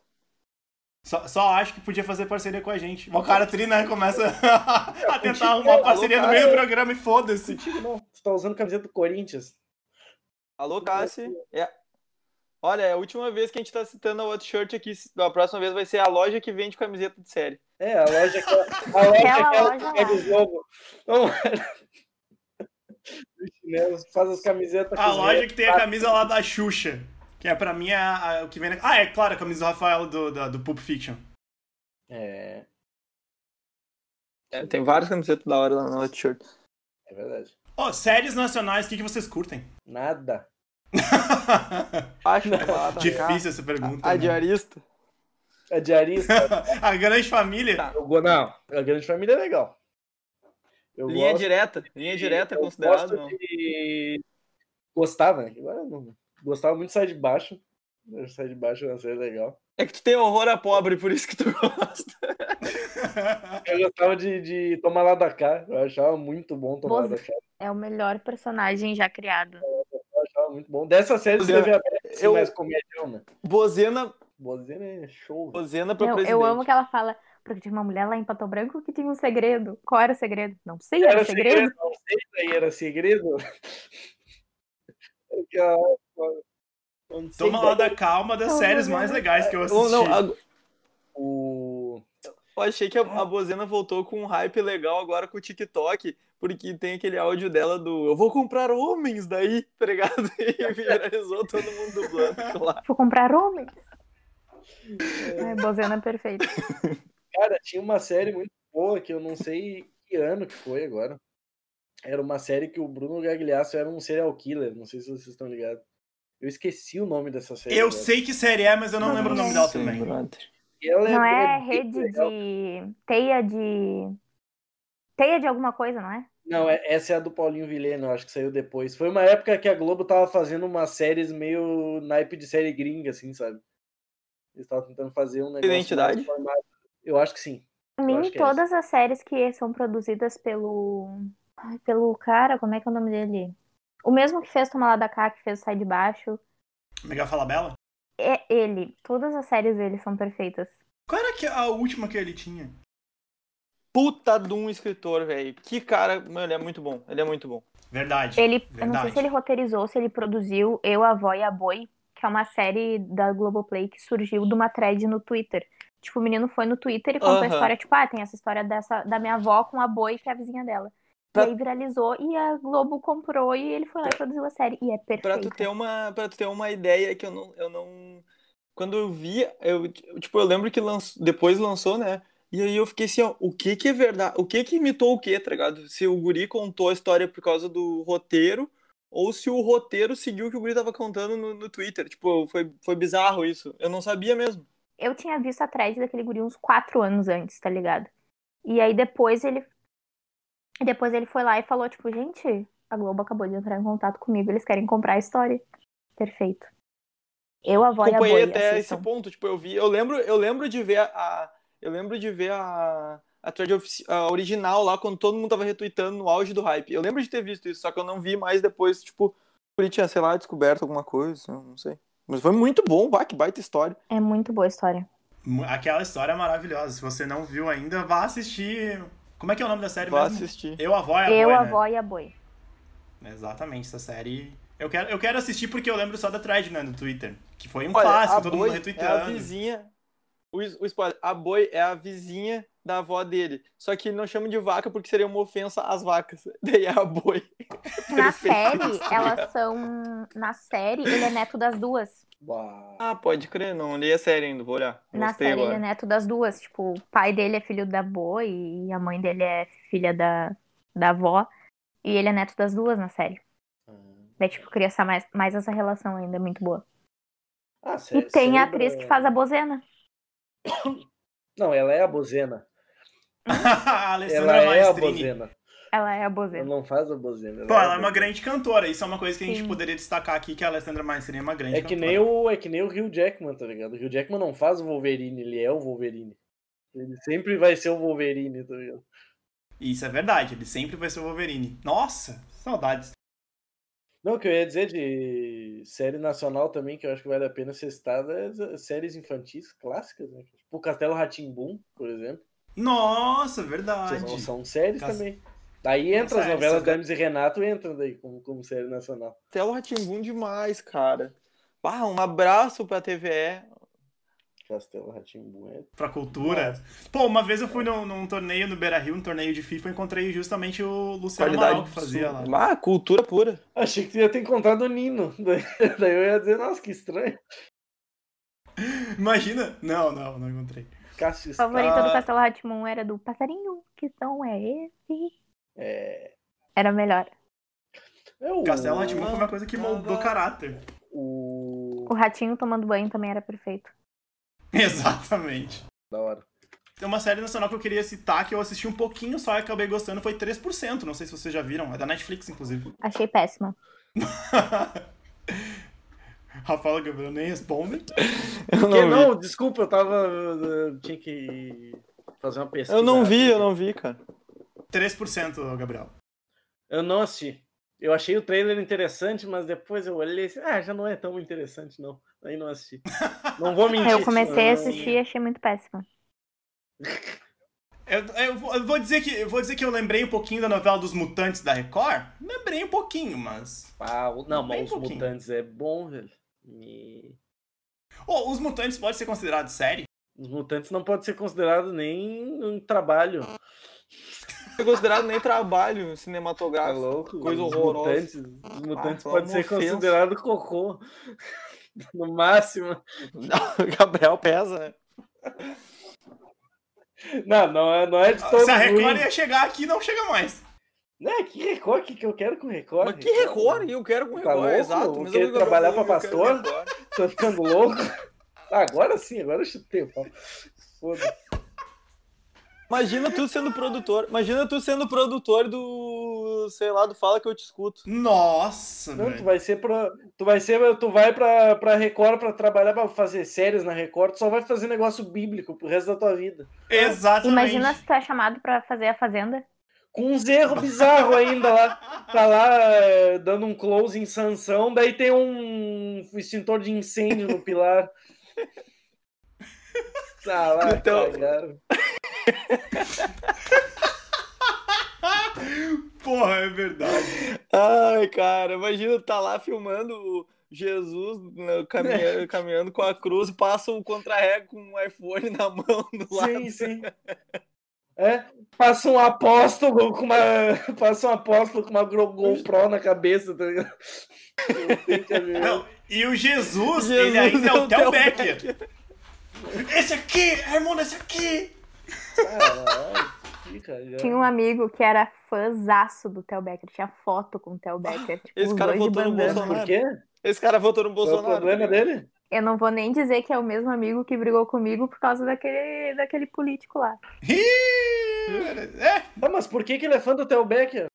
Speaker 1: Só, só acho que podia fazer parceria com a gente. O cara trina começa a tentar arrumar
Speaker 3: Alô,
Speaker 1: parceria no
Speaker 3: cara.
Speaker 1: meio do programa e foda-se.
Speaker 3: Contigo não. Tu tá usando camiseta do Corinthians.
Speaker 2: Alô, Cassi. É- Olha, é a última vez que a gente tá citando a What Shirt aqui. A próxima vez vai ser a loja que vende camiseta de série.
Speaker 3: É, a loja que a loja
Speaker 4: Aquela
Speaker 3: aquela
Speaker 4: loja lá.
Speaker 3: que é pega os lobos. Vamos. Os chinelos, Faz as camisetas
Speaker 1: A
Speaker 3: com os
Speaker 1: loja
Speaker 3: restos.
Speaker 1: que tem a camisa lá da Xuxa. Que é pra mim a, a- o que vem na... Ah, é claro, a camisa do Rafael do, da- do Pulp Fiction.
Speaker 3: É,
Speaker 2: É, tem várias camisetas da hora lá na What Shirt.
Speaker 3: é verdade.
Speaker 1: Ó, séries nacionais, o que, que vocês curtem?
Speaker 3: Nada.
Speaker 2: Acho que lá da K.
Speaker 1: Difícil essa pergunta.
Speaker 2: A
Speaker 1: né?
Speaker 2: diarista.
Speaker 3: A É diarista.
Speaker 1: A grande família.
Speaker 2: Tá.
Speaker 3: eu go- Não, a grande família é legal. Eu
Speaker 2: Linha
Speaker 3: gosto
Speaker 2: direta. Linha direta é
Speaker 3: eu
Speaker 2: considerado.
Speaker 3: gosto de- Gostava, né? Agora eu não. Gostava muito de sair de baixo. Sair de baixo é uma série legal.
Speaker 2: É que tu tem horror a pobre, por isso que tu gosta. Tá.
Speaker 3: Eu gostava de, de tomar lá da cá. Eu achava muito bom tomar lá da cá.
Speaker 4: É o melhor personagem já criado.
Speaker 3: Eu achava muito bom. Dessa série você
Speaker 2: Eu-
Speaker 3: vê a Beth,
Speaker 2: eu-
Speaker 3: mas comedião, né?
Speaker 2: Bozena,
Speaker 3: Bozena é show. velho.
Speaker 2: Bozena pra
Speaker 4: Eu,
Speaker 2: presidente.
Speaker 4: eu amo que ela fala, porque tinha uma mulher lá em Pato Branco que tinha um segredo. Qual era o segredo? Não sei, era,
Speaker 3: Era
Speaker 4: o é um segredo.
Speaker 3: segredo, não sei daí era segredo. É que a- não sei
Speaker 1: Toma
Speaker 3: daí.
Speaker 1: lá da calma das
Speaker 4: Toma
Speaker 1: séries
Speaker 4: lá
Speaker 1: mais
Speaker 4: da-
Speaker 1: legais que eu
Speaker 2: Ou
Speaker 1: assisti.
Speaker 2: não, a-
Speaker 3: O...
Speaker 2: eu achei que a,
Speaker 1: Ah.
Speaker 2: a Bozena voltou com um hype legal agora com o TikTok, porque tem aquele áudio dela do Eu vou comprar homens daí, tá ligado? E viralizou todo mundo dublando lá.
Speaker 4: Vou comprar homens. Ai, Bozena perfeita.
Speaker 3: Cara, tinha uma série muito boa que eu não sei que ano que foi agora. Era uma série que o Bruno Gagliasso era um serial killer, não sei se vocês estão ligados. Eu esqueci o nome dessa série.
Speaker 1: Eu
Speaker 3: agora.
Speaker 1: sei que série é, mas eu não, lembro o nome dela
Speaker 2: Sim,
Speaker 1: também.
Speaker 2: brother.
Speaker 3: E ela
Speaker 4: Não é
Speaker 3: bem
Speaker 4: rede
Speaker 3: legal.
Speaker 4: de. teia de. teia de alguma coisa, não é?
Speaker 3: Não, é- essa é a do Paulinho Vilhena, eu acho que saiu depois. Foi uma época que a Globo tava fazendo umas séries meio naipe de série gringa, assim, sabe? Eles estavam tentando fazer um negócio. mais
Speaker 2: Identidade?
Speaker 3: formado. Eu acho que sim.
Speaker 4: Pra
Speaker 3: Eu
Speaker 4: mim,
Speaker 3: acho que é
Speaker 4: todas as séries que são produzidas pelo. Ai, pelo cara, como é que é o nome dele? O mesmo que fez Toma Lá da Cá, que fez Sai de Baixo.
Speaker 1: Mega Fala Bela?
Speaker 4: É ele. Todas as séries dele são perfeitas.
Speaker 1: Qual era que- a última que ele tinha?
Speaker 2: Puta de um escritor, velho. Que cara, mano, ele é muito bom. Ele é muito bom.
Speaker 1: Verdade.
Speaker 4: Ele. Eu não sei
Speaker 1: Verdade.
Speaker 4: se ele roteirizou, se ele produziu Eu, a Vó e a Boi, que é uma série da Globoplay que surgiu de uma thread no Twitter. Tipo, o menino foi no Twitter e contou a
Speaker 2: Aham.
Speaker 4: história, tipo, ah, tem essa história dessa, da minha avó com a boi, que é a vizinha dela.
Speaker 2: Pra-
Speaker 4: E aí viralizou e a Globo comprou e ele foi lá e produziu a série. E é
Speaker 2: Pra tu
Speaker 4: perfeito.
Speaker 2: ter uma, pra tu ter uma ideia que eu não, eu não, quando eu vi, eu tipo eu lembro que lançou, depois lançou, né? E aí eu fiquei assim, ó, o que que é verdade? O que que imitou o quê, tá ligado? Se o guri contou a história por causa do roteiro ou se o roteiro seguiu o que o guri tava contando no, no Twitter. Tipo, foi foi bizarro isso. Eu não sabia mesmo.
Speaker 4: Eu tinha visto a thread daquele guri uns quatro anos antes, tá ligado? E aí depois ele. e Depois ele foi lá e falou, tipo, gente, a Globo acabou de entrar em contato comigo, eles querem comprar a história. Perfeito. Eu, a avó e a
Speaker 2: acompanhei
Speaker 4: boi,
Speaker 2: até esse
Speaker 4: assistam.
Speaker 2: ponto, tipo, eu vi, eu lembro, eu lembro de ver a, a- eu lembro de ver a a thread ofici- a original lá quando todo mundo tava retweetando no auge do hype. Eu lembro de ter visto isso, só que eu não vi mais depois, tipo, ele tinha, sei lá, descoberto alguma coisa, eu não sei. Mas foi muito bom, vai, que baita história.
Speaker 4: É muito boa a história.
Speaker 1: Mu- Aquela história é maravilhosa. Se você não viu ainda, vá assistir. Como é que é o nome da série
Speaker 2: Vá
Speaker 1: mesmo?
Speaker 2: assistir.
Speaker 1: Eu, avó e a
Speaker 2: é
Speaker 4: eu,
Speaker 1: Boy,
Speaker 4: a
Speaker 1: né?
Speaker 4: avó e a boi.
Speaker 1: Exatamente, essa série. Eu quero, eu quero assistir porque eu lembro só da thread, né, no Twitter. Que foi um
Speaker 2: Olha,
Speaker 1: clássico,
Speaker 2: a
Speaker 1: todo mundo
Speaker 2: Boi É a
Speaker 1: retweetando.
Speaker 2: vizinha. O, o spoiler, a boi é a vizinha da avó dele. Só que ele não chama de vaca porque seria uma ofensa às vacas. Daí é a boi.
Speaker 4: Na
Speaker 2: Perfeito.
Speaker 4: série, elas são. Na série, ele é neto das duas.
Speaker 3: Bah.
Speaker 2: Ah, pode crer, não li a série ainda, vou olhar.
Speaker 4: Na
Speaker 2: Gostei
Speaker 4: série, ele é
Speaker 2: agora.
Speaker 4: neto das duas. Tipo, o pai dele é filho da boi e a mãe dele é filha da, da avó. E ele é neto das duas na série. Daí, tipo, cria essa mais, mais essa relação ainda é muito boa.
Speaker 3: Ah, cê-
Speaker 4: E tem a
Speaker 3: cê
Speaker 4: atriz
Speaker 3: lembra-
Speaker 4: que faz a bozena.
Speaker 3: Não, ela é a Bozena.
Speaker 1: a
Speaker 3: Ela
Speaker 1: Alessandra
Speaker 3: é a
Speaker 1: Maestrini.
Speaker 3: Bozena.
Speaker 4: Ela é a
Speaker 3: Ela
Speaker 4: bozena.
Speaker 3: não faz a né? Bozena.
Speaker 1: Pô, ela é
Speaker 3: a
Speaker 1: uma
Speaker 3: Bozena.
Speaker 1: grande cantora. Isso é uma coisa que a gente
Speaker 4: Sim.
Speaker 1: poderia destacar aqui, que a Alessandra Maestrini é uma grande
Speaker 3: É que,
Speaker 1: cantora.
Speaker 3: nem o, é que nem o Hugh Jackman, tá ligado? O Hugh Jackman não faz o Wolverine, ele é o Wolverine. Ele sempre vai ser o Wolverine, tá ligado?
Speaker 1: Isso é verdade, ele sempre vai ser o Wolverine. Nossa, saudades.
Speaker 3: Não, o que eu ia dizer de série nacional também, que eu acho que vale a pena ser citada, é as séries infantis clássicas, né? Tipo o Castelo Ratimbum, por exemplo.
Speaker 1: Nossa, verdade.
Speaker 3: São, são séries
Speaker 1: Cas-
Speaker 3: também. Daí entra as
Speaker 1: séries,
Speaker 3: novelas
Speaker 1: né?
Speaker 3: da Hermes e Renato entram daí como, como série nacional.
Speaker 2: Telo Ratimbum demais, cara. Ah, um abraço pra TVE.
Speaker 3: Castelo Ratimbum é.
Speaker 1: Pra cultura. Pô, uma vez eu fui num, num torneio no Beira Rio, um torneio de FIFA, eu encontrei justamente o
Speaker 3: é
Speaker 1: Luciano Amaral que fazia lá.
Speaker 2: absurda.
Speaker 3: né?
Speaker 2: Ah, cultura pura.
Speaker 3: Achei que tu ia ter encontrado o Nino. Daí daí eu ia dizer, nossa, que estranho.
Speaker 1: Imagina? Não, não, não encontrei.
Speaker 3: Cássio
Speaker 4: A favorita do
Speaker 3: Star-
Speaker 4: Castelo Hatmon era do passarinho, que som é esse?
Speaker 3: É.
Speaker 4: Era melhor.
Speaker 3: é o...
Speaker 1: Castelo Atimão foi uma coisa que moldou caráter.
Speaker 3: O.
Speaker 4: O ratinho tomando banho também era perfeito.
Speaker 1: Exatamente.
Speaker 3: Da hora.
Speaker 1: Tem uma série nacional que eu queria citar, que eu assisti um pouquinho só e acabei gostando, foi 3%. Não sei se vocês já viram, é da Netflix, inclusive.
Speaker 4: Achei péssima.
Speaker 1: Rafael e Gabriel nem respondem.
Speaker 2: Eu
Speaker 3: Que
Speaker 2: não, vi.
Speaker 3: não, desculpa, eu tava. eu Tinha que fazer uma pesquisa.
Speaker 2: Eu não vi, eu não vi, cara.
Speaker 1: 3%, Gabriel.
Speaker 3: Eu não assisti. Eu achei o trailer interessante, mas depois eu olhei e disse, ah, já não é tão interessante, não. Aí não assisti. Não vou mentir.
Speaker 4: É, Eu comecei a
Speaker 3: não-
Speaker 4: assistir e achei muito péssima.
Speaker 1: Eu, eu vou- eu vou dizer que, eu vou dizer que eu lembrei um pouquinho da novela dos Mutantes da Record. Lembrei um pouquinho, mas.
Speaker 3: Ah, o- não,
Speaker 1: Bem
Speaker 3: mas os
Speaker 1: pouquinho.
Speaker 3: mutantes é bom, velho. E
Speaker 1: Ô, os Mutantes pode ser considerado série?
Speaker 3: Os mutantes não pode ser considerado nem um trabalho.
Speaker 2: Não é considerado nem trabalho
Speaker 3: Tá
Speaker 2: cinematográfico.
Speaker 3: louco?
Speaker 2: Coisa
Speaker 3: os
Speaker 2: horrorosa.
Speaker 3: Mutantes, os mutantes
Speaker 2: foi
Speaker 3: pode
Speaker 2: uma
Speaker 3: ser
Speaker 2: ofensa.
Speaker 3: considerado cocô. No máximo.
Speaker 2: Gabriel pesa, né?
Speaker 3: Não, não é, não é de todo
Speaker 1: Se a
Speaker 3: ruim.
Speaker 1: Ah, Record ia chegar aqui, não chega mais.
Speaker 3: Não, é que Record? Que, que eu quero com Record?
Speaker 2: Mas que recorde? Eu quero com
Speaker 3: Tá
Speaker 2: recorde,
Speaker 3: louco?
Speaker 2: exato. Mas
Speaker 3: Quer
Speaker 2: eu- eu-
Speaker 3: trabalhar
Speaker 2: eu- eu
Speaker 3: pra
Speaker 2: quero
Speaker 3: pastor?
Speaker 2: Record.
Speaker 3: Tô ficando louco. Ah, Agora sim, agora eu chutei o pau. Foda-se.
Speaker 2: Imagina tu sendo produtor. Imagina tu sendo produtor do. Sei lá, do Fala que eu te escuto.
Speaker 1: Nossa,
Speaker 3: Não, tu
Speaker 1: Ah, velho.
Speaker 3: vai ser pra. Tu vai ser. Tu vai pra, pra Record pra trabalhar pra fazer séries na Record, tu só vai fazer negócio bíblico pro resto da tua vida.
Speaker 1: Exatamente.
Speaker 4: Imagina se tu é chamado pra fazer a fazenda.
Speaker 3: Com uns erros bizarros ainda lá. Tá lá eh, dando um close em Sansão, daí tem um extintor de incêndio no pilar. Tá lá,
Speaker 2: Então-
Speaker 3: cagaram.
Speaker 1: Porra, é verdade.
Speaker 2: Ai, cara, imagina tá lá filmando o Jesus né, caminha- caminhando com a cruz, passa um contra com um iPhone na mão do lado.
Speaker 3: Sim, sim. É, passa um apóstolo com uma. Passa um apóstolo com uma Gro- GoPro na cabeça, tá ligado? Não tem caminhão.
Speaker 1: Não, e o Jesus,
Speaker 2: Jesus
Speaker 1: ele ainda é
Speaker 2: é
Speaker 1: o
Speaker 2: o
Speaker 1: Theo
Speaker 2: Theo
Speaker 1: Becker. Esse aqui, Raimundo, esse aqui.
Speaker 3: Caralho, Ah, que cagada.
Speaker 4: Tinha um amigo que era fãzaço do Theo Becker, tinha foto com o Theo Becker. Tipo,
Speaker 2: Esse
Speaker 4: os
Speaker 2: cara
Speaker 4: dois de
Speaker 2: votou no
Speaker 4: bandana.
Speaker 2: Bolsonaro.
Speaker 3: Por quê?
Speaker 2: Esse cara votou no
Speaker 3: Qual é o
Speaker 2: Bolsonaro.
Speaker 3: problema
Speaker 2: tá ligado?
Speaker 3: dele?
Speaker 4: Eu não vou nem dizer que é o mesmo amigo que brigou comigo por causa daquele, daquele político lá.
Speaker 1: Ih, É,
Speaker 3: Ah, mas por que, que ele é fã do Theo Becker?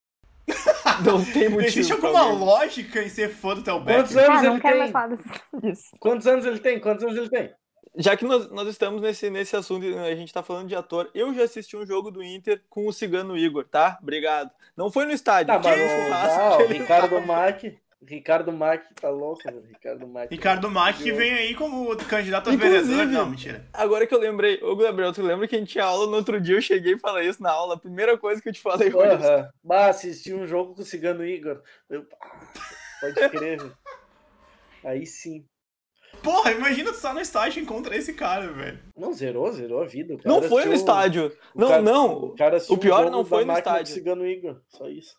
Speaker 2: Não tem motivo.
Speaker 1: existe
Speaker 2: pra
Speaker 1: alguma
Speaker 2: alguém.
Speaker 1: lógica em ser fã do Theo
Speaker 3: Quantos
Speaker 1: Becker?
Speaker 4: Ah,
Speaker 3: anos
Speaker 4: não
Speaker 2: é,
Speaker 3: ele
Speaker 4: quero
Speaker 3: tem?
Speaker 4: mais falar disso.
Speaker 3: Quantos anos ele tem? Quantos anos ele tem?
Speaker 2: Já que nós, nós estamos nesse, nesse assunto, e a gente tá falando de ator, eu já assisti um jogo do Inter com o cigano Igor, tá? Obrigado. Não foi no estádio.
Speaker 3: Tá,
Speaker 2: foi
Speaker 3: mas
Speaker 2: no
Speaker 3: o,
Speaker 2: churrasco
Speaker 3: ah, o
Speaker 2: que ele-
Speaker 3: Ricardo Mack. Ricardo Mack tá louco, velho. Ricardo Mack.
Speaker 1: Ricardo Mac que vem aí como candidato a vereador.
Speaker 2: Inclusive-
Speaker 1: Não, mentira.
Speaker 2: Agora que eu lembrei, ô Gabriel, tu lembra que a gente tinha aula no outro dia? Eu cheguei e falei isso na aula. A primeira coisa que eu te falei hoje.
Speaker 3: Porra. Bah, assisti um jogo com o Cigano Igor. Eu- Pode crer, velho. Aí sim.
Speaker 1: Porra, imagina tu tá no estágio e encontra esse cara, velho.
Speaker 3: Não, zerou, zerou a vida. O cara
Speaker 2: Não foi
Speaker 3: assistiu-
Speaker 2: no estádio.
Speaker 3: o
Speaker 2: Não,
Speaker 3: cara-
Speaker 2: não.
Speaker 3: cara assistiu um
Speaker 2: O pior
Speaker 3: jogo
Speaker 2: não foi
Speaker 3: da
Speaker 2: no
Speaker 3: máquina do
Speaker 2: estádio.
Speaker 3: Cigano Igor, só isso.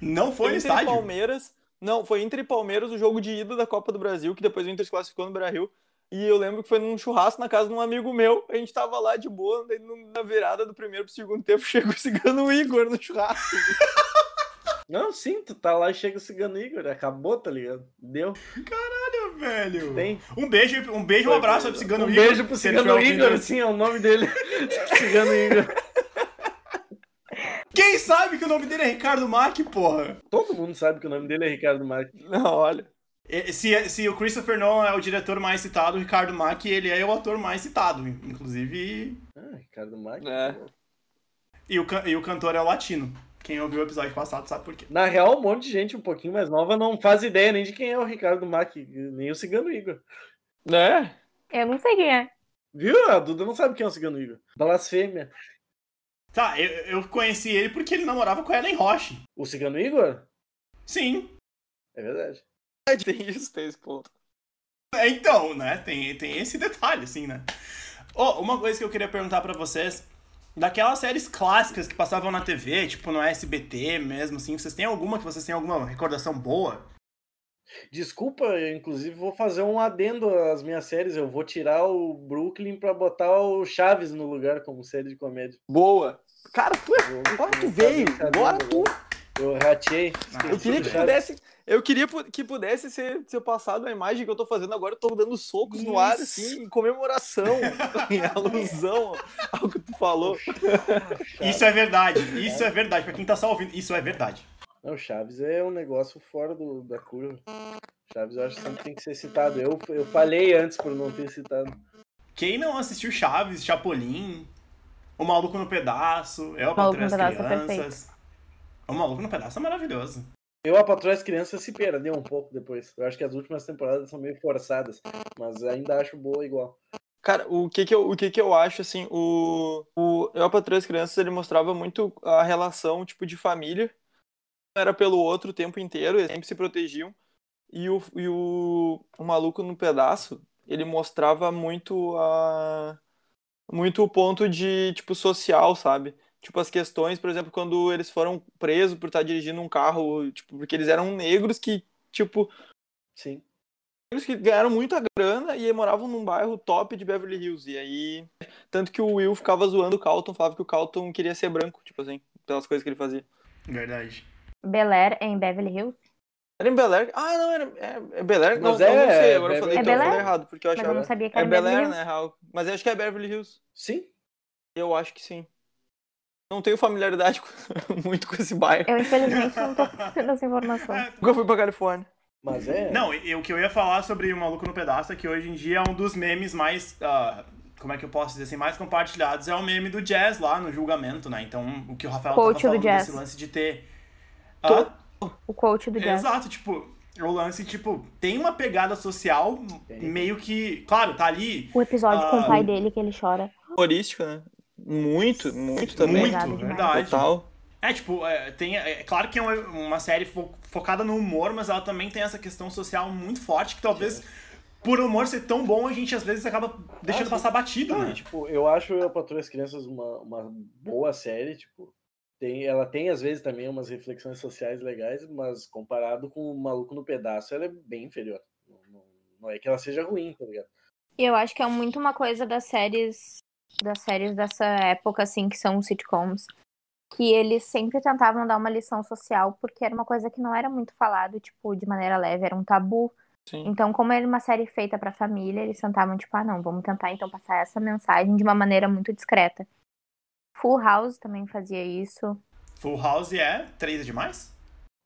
Speaker 1: Não foi no
Speaker 2: Inter e
Speaker 1: estádio.
Speaker 2: Palmeiras. Não, foi Inter e Palmeiras o jogo de ida da Copa do Brasil, que depois o Inter se classificou no Brasil. E eu lembro que foi num churrasco na casa de um amigo meu. A gente tava lá de boa, daí no- na virada do primeiro pro segundo tempo, chegou o cigano Igor no churrasco.
Speaker 3: Não, sim, tu tá lá e chega o Cigano Igor. Acabou, tá ligado? Deu.
Speaker 1: Velho.
Speaker 3: Tem.
Speaker 1: Um beijo, um beijo, um
Speaker 3: Foi,
Speaker 1: abraço
Speaker 3: foi,
Speaker 1: pro Cigano
Speaker 3: um
Speaker 1: Igor.
Speaker 3: beijo pro
Speaker 1: se ele
Speaker 3: Cigano
Speaker 1: estiver
Speaker 3: Igor,
Speaker 1: ouvindo.
Speaker 3: sim, é o nome dele. Cigano Igor.
Speaker 1: Quem sabe que o nome dele é Ricardo Mack, porra?
Speaker 3: Todo mundo sabe que o nome dele é Ricardo Marques.
Speaker 2: Não, olha.
Speaker 1: E- Se, se o Christopher Nolan é o diretor mais citado, o Ricardo Mack, ele é o ator mais citado. Inclusive,
Speaker 3: Ah, Ricardo Marques.
Speaker 2: É.
Speaker 1: e o, can- e o cantor é o latino. Quem ouviu o episódio passado sabe por quê.
Speaker 3: Na real, um monte de gente um pouquinho mais nova não faz ideia nem de quem é o Ricardo Mack, nem o Cigano Igor.
Speaker 2: Né?
Speaker 4: Eu não sei quem é.
Speaker 3: Viu? A Duda não sabe quem é o Cigano Igor. Blasfêmia.
Speaker 1: Tá, eu, eu conheci ele porque ele namorava com a Ellen Roche.
Speaker 3: O Cigano Igor?
Speaker 1: Sim.
Speaker 3: É verdade.
Speaker 2: Tem isso, tem esse ponto.
Speaker 1: É, Então, né? Tem, tem esse detalhe, assim, né? Ó, uma coisa que eu queria perguntar pra vocês. Daquelas séries clássicas que passavam na TV, tipo no SBT mesmo, assim, vocês têm alguma que vocês têm alguma recordação boa?
Speaker 3: Desculpa, eu, inclusive vou fazer um adendo às minhas séries. Eu vou tirar o Brooklyn pra botar o Chaves no lugar como série de comédia.
Speaker 2: Boa. Cara, tu é
Speaker 3: Vou
Speaker 2: Agora tu
Speaker 3: fazer
Speaker 2: veio,
Speaker 3: esse adendo
Speaker 2: agora tu.
Speaker 3: Eu ratei.
Speaker 1: Ah,
Speaker 2: Eu queria que
Speaker 1: tudo
Speaker 3: Chaves.
Speaker 2: pudesse. Eu queria pu- que pudesse ser, ser passado a imagem que eu tô fazendo agora. Eu tô dando socos no ar,
Speaker 1: Isso.
Speaker 2: assim, em comemoração, em alusão ao que tu falou.
Speaker 1: bem. Isso é verdade, isso é verdade. Pra quem tá só ouvindo, isso é verdade.
Speaker 3: Não, Chaves é um negócio fora do, da curva. Chaves eu acho que sempre tem que ser citado. Eu, eu falei antes por não ter citado.
Speaker 1: Quem não assistiu Chaves, Chapolin, O Maluco no Pedaço, Eu, a
Speaker 4: O Maluco
Speaker 1: Patrulha
Speaker 4: no
Speaker 1: das
Speaker 4: Pedaço é
Speaker 1: Crianças. o Maluco no Pedaço é maravilhoso.
Speaker 3: Eu, a Patroa e as Crianças, se perdeu um pouco depois. Eu acho que as últimas temporadas são meio forçadas, mas ainda acho boa igual.
Speaker 2: Cara, o que que eu, o que que eu acho, assim, o, o Eu, para Três Crianças, ele mostrava muito a relação, tipo, de família. Um Era pelo outro o tempo inteiro, eles sempre se protegiam. E o, e o, o Maluco no Pedaço, ele mostrava muito a... Muito o ponto de, tipo, social, sabe? Tipo, as questões, por exemplo, quando eles foram presos por estar dirigindo um carro, tipo, porque eles eram negros que, tipo,
Speaker 3: Sim.
Speaker 2: negros que ganharam muita grana e moravam num bairro top de Beverly Hills. E aí. Tanto que o Will ficava zoando o Calton, falava que o Calton queria ser branco, tipo assim, pelas coisas que ele fazia.
Speaker 1: Verdade.
Speaker 4: Bel Air em Beverly Hills.
Speaker 2: Era em Bel Air. Ah, não, era. É, é Bel Air? Não,
Speaker 3: Mas
Speaker 2: não,
Speaker 3: é-
Speaker 2: não sei, agora
Speaker 3: é
Speaker 2: eu falei,
Speaker 4: Beverly
Speaker 2: então eu
Speaker 4: Hills.
Speaker 2: falei errado, porque eu
Speaker 4: Mas eu
Speaker 2: achava.
Speaker 4: não sabia que
Speaker 2: É
Speaker 4: era
Speaker 2: Bel
Speaker 4: Beverly
Speaker 2: Air,
Speaker 4: Hills.
Speaker 2: né, Raul? Mas eu acho que é Beverly Hills.
Speaker 3: Sim.
Speaker 2: Eu acho que sim. Não tenho familiaridade com- muito com esse bairro.
Speaker 4: Eu, infelizmente, não tô conseguindo essa informação.
Speaker 1: É,
Speaker 2: Nunca fui pra Califórnia.
Speaker 3: Mas é.
Speaker 1: Não, e- e o que eu ia falar sobre o Maluco no Pedaço é que hoje em dia é um dos memes mais. ah, como é que eu posso dizer assim? Mais compartilhados é o meme do jazz lá no julgamento, né? Então, o que o Rafael
Speaker 4: Coach
Speaker 1: tava
Speaker 4: do
Speaker 1: falando
Speaker 4: jazz.
Speaker 1: desse lance de ter.
Speaker 2: Tô-
Speaker 1: Ah,
Speaker 4: O coach do Jazz.
Speaker 1: Exato, tipo, o lance, tipo, tem uma pegada social
Speaker 3: Tem.
Speaker 1: meio que. Claro, tá ali.
Speaker 4: O episódio com
Speaker 1: Ah,
Speaker 4: o pai dele que ele chora.
Speaker 2: Humorística, né? Muito, muito também.
Speaker 1: muito,
Speaker 4: Pesado demais.
Speaker 1: verdade.
Speaker 2: Total.
Speaker 1: É, tipo, é, tem, é claro que é uma, uma série fo- focada no humor, mas ela também tem essa questão social muito forte que talvez. Por o humor ser tão bom, a gente às vezes acaba deixando
Speaker 3: Ah,
Speaker 1: passar batido,
Speaker 3: Não,
Speaker 1: né?
Speaker 3: e, tipo, eu acho Eu, a Patroa e as Crianças uma, uma boa série, tipo. Tem, ela tem, às vezes, também umas reflexões sociais legais, mas comparado com o Maluco no Pedaço, ela é bem inferior. Não, não- não é que ela seja ruim, tá ligado?
Speaker 4: E eu acho que é muito uma coisa das séries das séries dessa época assim que são sitcoms que eles sempre tentavam dar uma lição social porque era uma coisa que não era muito falado tipo de maneira leve era um tabu
Speaker 2: Sim.
Speaker 4: então como era uma série feita pra família eles tentavam tipo ah não vamos tentar então passar essa mensagem de uma maneira muito discreta Full House também fazia isso
Speaker 1: Full House é três é demais?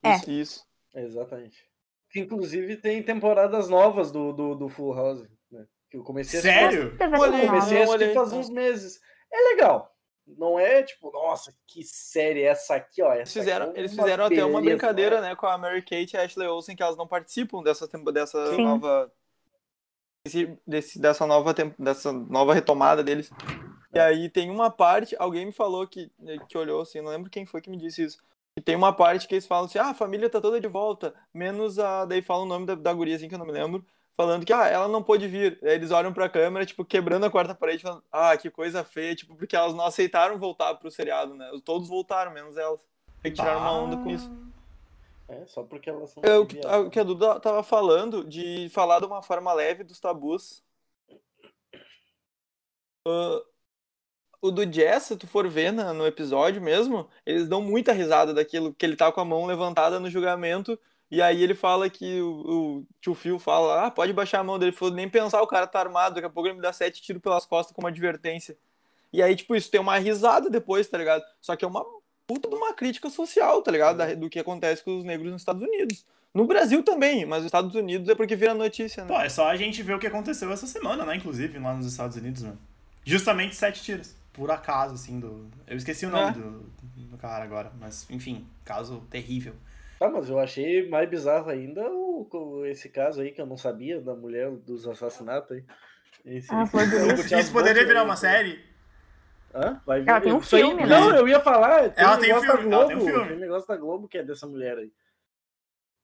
Speaker 4: É.
Speaker 2: Isso, isso.
Speaker 3: Exatamente. Que, Inclusive tem temporadas novas do, do, do Full House, né? Que eu comecei a assistir-
Speaker 1: Sério?
Speaker 2: Olha
Speaker 4: TV Full
Speaker 2: aí, tá.
Speaker 4: House.
Speaker 3: Comecei a
Speaker 2: Não, olha
Speaker 3: assistir
Speaker 2: aí,
Speaker 3: faz
Speaker 2: então.
Speaker 3: uns meses. É legal. Não é tipo, nossa, que série é essa aqui, ó.
Speaker 2: Eles
Speaker 3: essa aqui é
Speaker 2: fizeram, eles
Speaker 3: uma
Speaker 2: fizeram até uma
Speaker 3: beleza,
Speaker 2: brincadeira,
Speaker 3: né?
Speaker 2: né, com a Mary Kate e a Ashley Olsen, que elas não participam dessa, tempo- dessa
Speaker 4: Sim.
Speaker 2: nova. desse- desse- dessa, nova tem- dessa nova retomada deles. E aí tem uma parte, alguém me falou que, que olhou assim, não lembro quem foi que me disse isso. E tem uma parte que eles falam assim, ah, a família tá toda de volta, menos a. Daí fala o nome da, da guria assim que eu não me lembro. Falando que ah, ela não pôde vir. Aí eles olham pra câmera, tipo, quebrando a quarta parede, falando, ah, que coisa feia, tipo, porque elas não aceitaram voltar pro seriado, né? Todos voltaram, menos elas. Tem que tirar uma onda com isso.
Speaker 3: É, só porque elas são.
Speaker 2: É, o, que, a- o que a Duda tava falando, de falar de uma forma leve dos tabus. Ah, o do Jess, se tu for ver na- no episódio mesmo, eles dão muita risada daquilo, que ele tá com a mão levantada no julgamento, e aí ele fala que o, o tio Phil fala, ah, pode baixar a mão dele. Ele falou, nem pensar, o cara tá armado, daqui a pouco ele me dá sete tiros pelas costas com uma advertência. E aí, tipo, isso tem uma risada depois, tá ligado? Só que é uma puta de uma crítica social, tá ligado? Da- Do que acontece com os negros nos Estados Unidos. No Brasil também, mas nos Estados Unidos é porque vira notícia, né?
Speaker 1: Pô, é só a gente ver o que aconteceu essa semana, né? Inclusive, lá nos Estados Unidos, né? Justamente sete tiros. Por acaso, assim, do. Eu esqueci o nome
Speaker 3: Ah.
Speaker 2: É.
Speaker 1: do, do cara agora, mas enfim, caso terrível.
Speaker 3: Tá, mas eu achei mais bizarro ainda o, o- esse caso aí que eu não sabia, da mulher dos assassinatos aí. Esse- é
Speaker 4: Ah, foi do-
Speaker 3: Porque as
Speaker 1: Isso poderia
Speaker 3: duas-
Speaker 1: virar uma série?
Speaker 3: Hã? Vai vir.
Speaker 4: Ela tem um
Speaker 3: Isso aí-
Speaker 4: filme,
Speaker 1: né?
Speaker 3: Não, eu ia falar. Tem
Speaker 1: Ela
Speaker 3: um
Speaker 1: tem
Speaker 3: negócio da
Speaker 1: filme,
Speaker 3: Globo,
Speaker 1: ela tem um filme.
Speaker 3: Tem um negócio da Globo que é dessa mulher aí.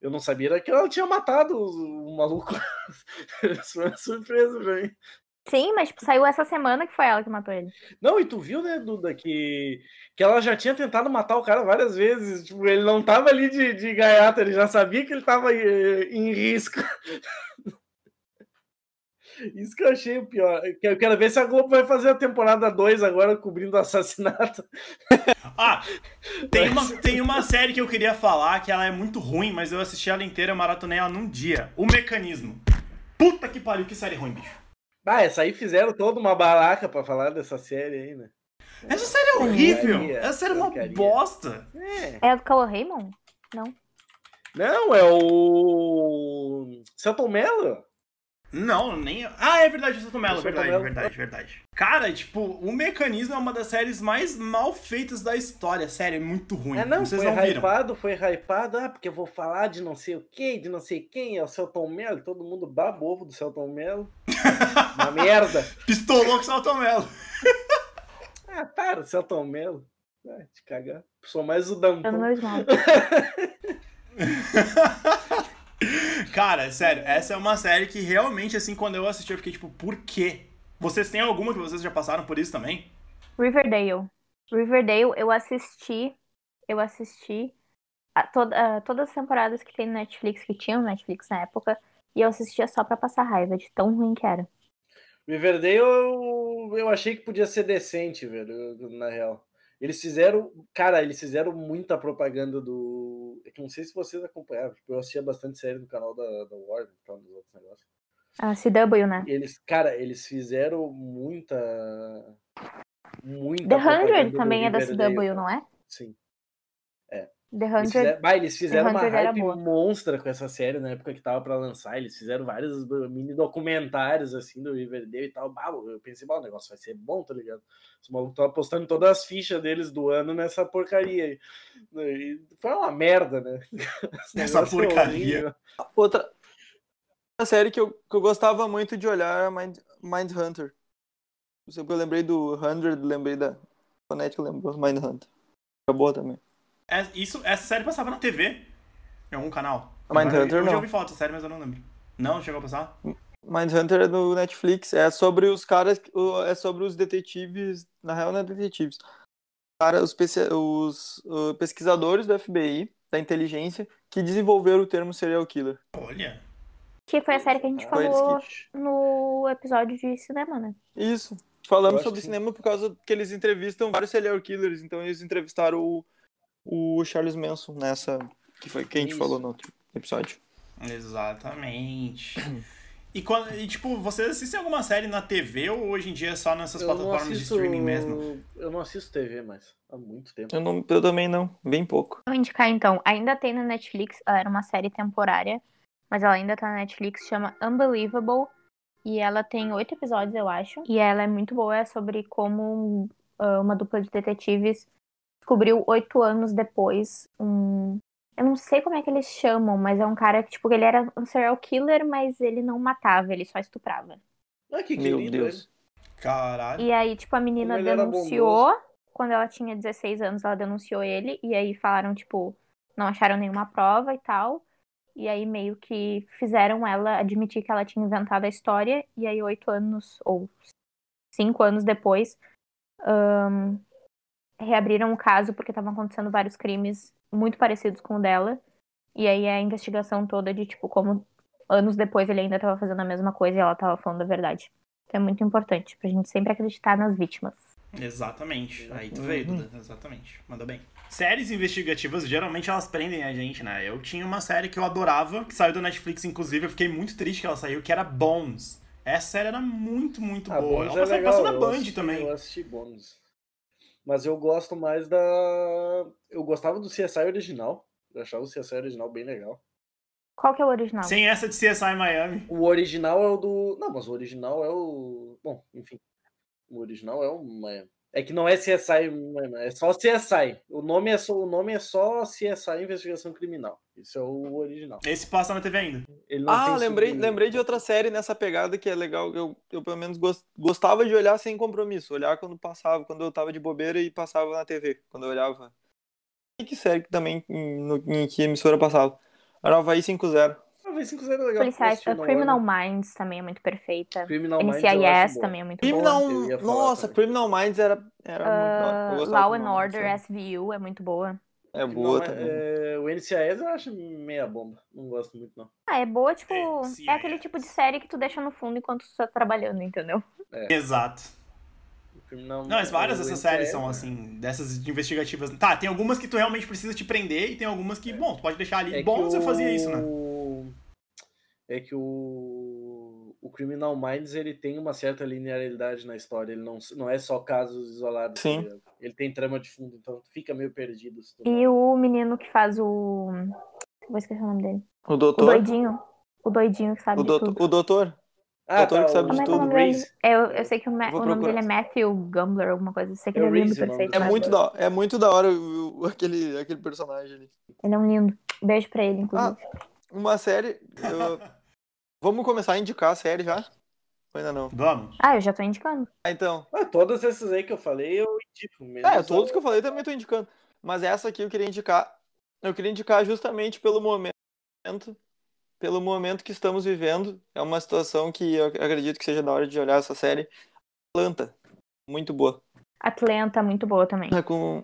Speaker 3: Eu não sabia era que ela tinha matado o, o maluco. Isso foi uma surpresa pra mim.
Speaker 4: Sim, mas tipo, saiu essa semana que foi ela que matou ele.
Speaker 3: Não, e tu viu, né, Duda, que, que ela já tinha tentado matar o cara várias vezes. Tipo, ele não tava ali de, de gaiata, ele já sabia que ele tava eh, em risco. Isso que eu achei o pior. Eu quero- quero ver se a Globo vai fazer a temporada 2 agora cobrindo o assassinato.
Speaker 1: Ah, tem uma, tem uma série que eu queria falar que ela é muito ruim, mas eu assisti ela inteira, maratonei ela num dia. O Mecanismo. Puta que pariu, que série ruim, bicho.
Speaker 3: Ah, essa aí fizeram toda uma balaca pra falar dessa série aí, né?
Speaker 1: Essa série é horrível.
Speaker 3: Porcaria,
Speaker 1: Essa série é uma
Speaker 3: porcaria.
Speaker 1: bosta.
Speaker 3: É.
Speaker 4: É a do Calo Raymond?
Speaker 3: Não, é o. Santo Mello.
Speaker 1: Não, nem. Ah, é verdade, o Santo Melo,
Speaker 3: O Santo
Speaker 1: verdade,
Speaker 3: Melo.
Speaker 1: verdade, verdade. Cara, tipo, o mecanismo é uma das séries mais mal feitas da história. Sério, é muito ruim.
Speaker 3: É, não,
Speaker 1: Vocês
Speaker 3: foi
Speaker 1: não viram.
Speaker 3: hypado, foi hypado. Ah, porque eu vou falar de não sei o quê, de não sei quem, é o Celton Mello. Todo mundo baba o ovo do Celton Mello. uma merda.
Speaker 1: Pistolou com o Santo Melo.
Speaker 3: Ah, para, Celton Mello. Ah, te cagar. Sou mais o Dampão.
Speaker 4: Tá no meu esmalte.
Speaker 1: Cara, sério, essa é uma série que realmente, assim, quando eu assisti, eu fiquei tipo, por quê? Vocês têm alguma que vocês já passaram por isso também?
Speaker 4: Riverdale. Riverdale, eu assisti. Eu assisti a toda, a todas as temporadas que tem no Netflix, que tinham no Netflix na época, e eu assistia só pra passar raiva, de tão ruim que era.
Speaker 3: Riverdale eu, eu achei que podia ser decente, velho, eu- na real. Eles fizeram, cara, eles fizeram muita propaganda do. É que não sei se vocês acompanharam, tipo, eu assistia bastante série no canal da, da Warner, e tal, dos outros negócios.
Speaker 4: A CW, né?
Speaker 3: E Eles, cara, eles fizeram muita. Muita.
Speaker 4: The
Speaker 3: propaganda
Speaker 4: 100
Speaker 3: do
Speaker 4: também é da
Speaker 3: Riverdale,
Speaker 4: CW, não é?
Speaker 3: Sim.
Speaker 4: The
Speaker 3: Eles
Speaker 4: 100.
Speaker 3: fizeram, bah, eles fizeram uma
Speaker 4: Hunter era
Speaker 3: hype
Speaker 4: boa.
Speaker 3: monstra com essa série na época que tava pra lançar. Eles fizeram vários do- mini documentários assim do Riverdale e tal. Bah, eu pensei, bah, o negócio vai ser bom, tá ligado? Os malucos estão apostando todas as fichas deles do ano nessa porcaria aí. E foi uma merda, né? Esse
Speaker 1: Nessa
Speaker 3: negócio é
Speaker 1: porcaria.
Speaker 3: horrível.
Speaker 2: Outra outra série que eu, que eu gostava muito de olhar é Mind, Mindhunter. Não sei porque eu lembrei do 100, lembrei da Fonética, lembrou do Mindhunter. É boa também.
Speaker 1: É- isso, essa série passava na TV, em algum canal.
Speaker 3: Ah,
Speaker 2: Mindhunter,
Speaker 1: eu já
Speaker 2: não.
Speaker 1: ouvi falar dessa série, mas eu não lembro. Não, chegou a passar?
Speaker 2: Mindhunter é do Netflix, é sobre os caras, que- o- é sobre os detetives, na real não é detetives, cara, os, pes- os, uh, pesquisadores do FBI, da inteligência, que desenvolveram o termo serial killer.
Speaker 1: Olha.
Speaker 4: Que foi a série que a gente
Speaker 3: Ah,
Speaker 2: Foi eles
Speaker 4: falou
Speaker 2: que...
Speaker 4: no episódio de cinema, né?
Speaker 2: Isso.
Speaker 3: Eu
Speaker 2: Falamos
Speaker 3: acho
Speaker 2: sobre
Speaker 3: que-
Speaker 2: cinema por causa que eles entrevistam vários serial killers, então eles entrevistaram o, o Charles Manson nessa que foi que a gente
Speaker 3: Isso.
Speaker 2: falou no outro episódio.
Speaker 1: Exatamente. E, quando, e, tipo, vocês assistem alguma série na TV ou hoje em dia é só nessas
Speaker 3: Eu não
Speaker 1: plataformas de
Speaker 3: assisto-
Speaker 1: streaming mesmo?
Speaker 3: Eu não assisto TV mais. Há muito tempo.
Speaker 2: Eu não, eu também não, bem pouco.
Speaker 4: Vou indicar então. Ainda tem na Netflix, ela era uma série temporária, mas ela ainda tá na Netflix, chama Unbelievable. E ela tem oito episódios, eu acho. E ela é muito boa, é sobre como ah, uma dupla de detetives descobriu oito anos depois um. Eu não sei como é que eles chamam, mas é um cara que, tipo, ele era um serial killer, mas ele não matava, ele só estuprava.
Speaker 3: Ah, que
Speaker 2: Meu
Speaker 3: querido.
Speaker 2: Deus.
Speaker 3: ele.
Speaker 1: Caralho.
Speaker 4: E aí, tipo, a menina
Speaker 3: Como ele era
Speaker 4: denunciou. Quando ela tinha 16 anos, ela denunciou ele. E aí falaram, tipo, não acharam nenhuma prova e tal. E aí meio que fizeram ela admitir que ela tinha inventado a história. E aí, oito anos, ou cinco anos depois, ahn, reabriram o caso porque estavam acontecendo vários crimes muito parecidos com o dela. E aí a investigação toda de, tipo, como anos depois ele ainda tava fazendo a mesma coisa e ela tava falando a verdade. Então é muito importante pra gente sempre acreditar nas vítimas.
Speaker 3: Hum.
Speaker 1: Exatamente. Aí tu veio, Duda. Exatamente. Mandou bem. Séries investigativas, geralmente elas prendem a gente, né? Eu tinha uma série que eu adorava, que saiu da Netflix, inclusive, eu fiquei muito triste que ela saiu, que era Bones. Essa série era muito, muito
Speaker 3: Ah,
Speaker 1: boa.
Speaker 3: Bones
Speaker 1: ela
Speaker 3: é
Speaker 1: passou,
Speaker 3: legal,
Speaker 1: passou na
Speaker 3: eu
Speaker 1: Band
Speaker 3: assisti-
Speaker 1: também.
Speaker 3: Eu assisti Bones. Mas eu gosto mais da. Eu gostava do CSI original. Eu achava o CSI original bem legal.
Speaker 4: Qual que é o original?
Speaker 1: Sem essa de CSI Miami.
Speaker 3: O original é o do. Não, mas o original é o. Bom, enfim. O original é o Miami. É que não é CSI, Miami, é só CSI. O nome é só, o nome é só CSI Investigação Criminal. Isso é o original.
Speaker 1: Esse passa na TV ainda.
Speaker 3: Ele não
Speaker 2: Ah,
Speaker 3: tem
Speaker 2: lembrei,
Speaker 3: subnome.
Speaker 2: lembrei de outra série nessa pegada que é legal. Eu, eu pelo menos gos- gostava de olhar sem compromisso. Olhar quando passava, quando eu tava de bobeira e passava na TV, quando eu olhava. E que série que também, em, no- em que emissora passava? Era o Havaí 5-0.
Speaker 3: Ah, vai 5 legal. porque eu
Speaker 4: Policiais,
Speaker 3: assisti
Speaker 4: uh,
Speaker 3: na
Speaker 4: Criminal
Speaker 3: hora.
Speaker 4: Minds também é muito perfeita.
Speaker 3: Criminal Minds eu acho
Speaker 4: NCIS
Speaker 3: boa.
Speaker 4: também é muito boa.
Speaker 2: Criminal.
Speaker 3: eu ia falar
Speaker 2: Nossa,
Speaker 3: também.
Speaker 2: Criminal Minds era, era muito da hora. Eu gostava de
Speaker 4: Uh, Law
Speaker 2: Criminal
Speaker 4: and
Speaker 2: Minds
Speaker 4: Order
Speaker 2: também.
Speaker 4: SVU é muito boa.
Speaker 2: É
Speaker 3: Criminal
Speaker 2: boa
Speaker 3: Minds-
Speaker 2: também.
Speaker 3: é, o NCIS eu acho meia bomba. Não gosto muito, não.
Speaker 4: Ah, é boa, tipo,
Speaker 1: É,
Speaker 4: é,
Speaker 1: sim, é.
Speaker 4: aquele tipo de série que tu deixa no fundo enquanto tu tá trabalhando, entendeu?
Speaker 1: Exato.
Speaker 3: O Criminal
Speaker 1: Não, mas várias
Speaker 3: o
Speaker 1: dessas
Speaker 3: NCIS
Speaker 2: é,
Speaker 1: séries
Speaker 2: né?
Speaker 1: são assim, dessas de investigativas. Tá, tem algumas que tu realmente precisa te prender e tem algumas que, bom, tu pode deixar ali.
Speaker 3: É
Speaker 1: bom
Speaker 3: que
Speaker 1: você fazia isso, né?
Speaker 3: o- É que o... o Criminal Minds ele tem uma certa linearidade na história. Ele não, não é só casos isolados. tá
Speaker 2: Sim. É,
Speaker 3: ligado? Ele tem trama de fundo, então tu fica meio perdido. se tu não-
Speaker 4: E o menino que faz o. Vou esquecer o nome dele.
Speaker 2: O
Speaker 4: O
Speaker 2: doutor.
Speaker 4: doidinho. O doidinho que sabe
Speaker 2: O
Speaker 4: de
Speaker 2: doutor.
Speaker 4: tudo.
Speaker 2: O doutor.
Speaker 3: Ah,
Speaker 2: doutor que sabe
Speaker 3: o
Speaker 2: de
Speaker 4: Como é que é o
Speaker 2: tudo.
Speaker 4: nome dele?
Speaker 3: Reese.
Speaker 4: É, Eu, eu sei que o, ma-
Speaker 2: Vou
Speaker 4: o nome dele
Speaker 2: procurar.
Speaker 4: é Matthew Gumbler, alguma coisa. Eu sei que
Speaker 3: É
Speaker 4: ele é
Speaker 3: o
Speaker 4: lindo,
Speaker 3: Reese o nome
Speaker 4: perfeito.
Speaker 2: É
Speaker 3: dele.
Speaker 4: mas-
Speaker 2: muito da, é muito da hora o- o- aquele, aquele personagem ali.
Speaker 4: Ele é um lindo. Beijo pra ele, inclusive.
Speaker 2: Uma série. eu- Vamos começar a indicar a série já? Ou ainda não?
Speaker 1: Vamos.
Speaker 4: Ah, eu já tô indicando.
Speaker 2: Ah, então.
Speaker 3: Ah, todas essas aí que eu falei, eu indico. Mesmo
Speaker 2: É, todos que eu falei também tô indicando. Mas essa aqui eu queria indicar. Eu queria indicar justamente pelo momento. Pelo momento que estamos vivendo. É uma situação que eu acredito que seja da hora de olhar essa série. Atlanta. Muito boa.
Speaker 4: Atlanta, muito boa também.
Speaker 3: Ah,
Speaker 2: É com.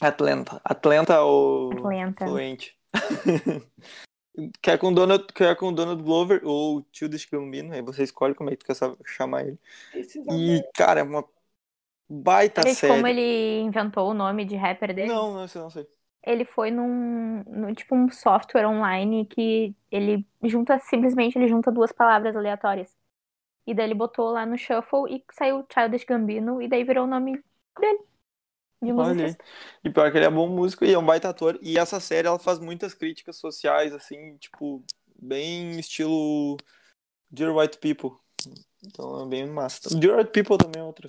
Speaker 2: Atlanta. Atlanta ou.
Speaker 4: Atlanta.
Speaker 2: Fluente. que é com Donald, que é com Donald Glover ou tio do Chiquilmino, aí você escolhe como é que tu quer sa- chamar
Speaker 4: Tá
Speaker 2: ele.
Speaker 3: falei.
Speaker 2: E, cara, é uma baita
Speaker 4: Gente,
Speaker 2: série.
Speaker 4: como ele é? inventou o nome de rapper dele?
Speaker 2: Tá Não, não sei, não sei.
Speaker 4: Ele foi num, num- tipo um software online que ele junta simplesmente ele junta duas palavras aleatórias. E daí ele botou lá no shuffle e saiu Childish Gambino e daí virou o nome dele. De
Speaker 2: Olha aí.
Speaker 4: músicas.
Speaker 2: E pior que ele é bom músico e é um baita ator. E essa série, ela faz muitas críticas sociais, assim, tipo, bem estilo Dear White People. Então é bem massa. Dear White People também é outra,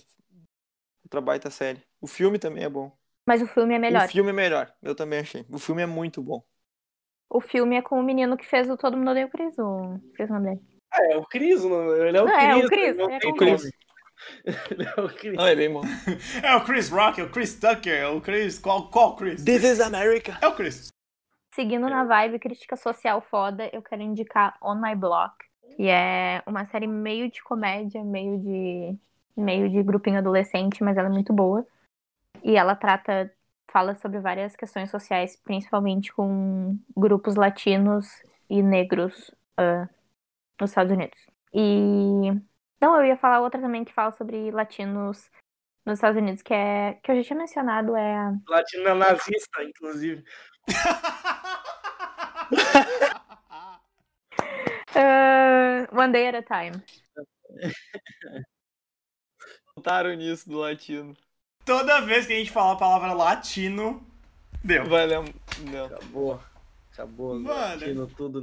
Speaker 2: outra baita série. O filme também é bom.
Speaker 4: Mas o filme é melhor.
Speaker 2: O filme é melhor, eu também achei. O filme é muito bom.
Speaker 4: O filme é com o menino que fez o Todo Mundo Odeia o Chris. O... Esqueci o nome dele.
Speaker 3: Ah, é o Cris, não- ele é o
Speaker 4: Não, é o
Speaker 3: Cris.
Speaker 4: Chris,
Speaker 3: não
Speaker 4: é
Speaker 3: tem
Speaker 4: o
Speaker 2: Chris.
Speaker 3: nome. Ele é o Cris.
Speaker 2: Não, é bem bom.
Speaker 1: É o Chris Rock, é o Chris Tucker, é o Chris. Qual, qual Chris?
Speaker 2: This is America.
Speaker 1: É o Chris.
Speaker 4: Seguindo na vibe crítica social foda, eu quero indicar On My Block, que é uma série meio de comédia, meio de meio de grupinho adolescente, mas ela é muito boa. E ela trata fala sobre várias questões sociais, principalmente com grupos latinos e negros ah, nos Estados Unidos. E não, eu ia falar outra também que fala sobre latinos nos Estados Unidos, que é que eu já tinha mencionado é a
Speaker 3: Latina nazista, inclusive.
Speaker 4: Ah, One Day at a Time.
Speaker 2: Contaram nisso do latino.
Speaker 1: Toda vez que a gente fala a palavra latino, deu.
Speaker 2: Vai, Léo. Léo.
Speaker 3: Acabou. Acabou.
Speaker 1: Mano.
Speaker 3: Latino tudo.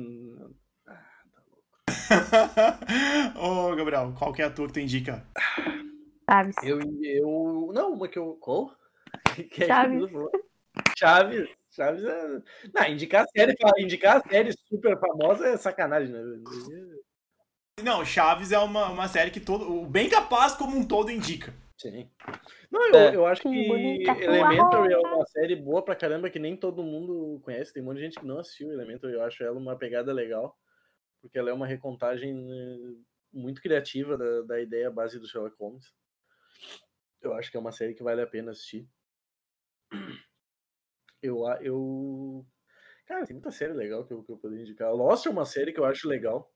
Speaker 1: Ô, Gabriel, qual que é a tua que tu indica?
Speaker 4: Chaves.
Speaker 3: Eu, eu. Não, uma que eu. Qual? Que é
Speaker 4: Chaves.
Speaker 3: isso? Chaves. Chaves é. Não, indicar série, indicar série super famosa é sacanagem, né? velho?
Speaker 1: Não, Chaves é uma, uma série que todo, o bem capaz como um todo indica.
Speaker 3: Sim. Não, eu,
Speaker 2: É.
Speaker 3: eu acho que
Speaker 4: Que bonita sua
Speaker 3: Elementary é
Speaker 4: roupa.
Speaker 3: uma série boa pra caramba que nem todo mundo conhece. Tem um monte de gente que não assistiu Elementary. Eu acho ela uma pegada legal, porque ela é uma recontagem eh, muito criativa da, da ideia base do Sherlock Holmes. Eu acho que é uma série que vale a pena assistir. Eu. a- eu... Cara, tem muita série legal que eu, que eu poderia indicar. Lost é uma série que eu acho legal.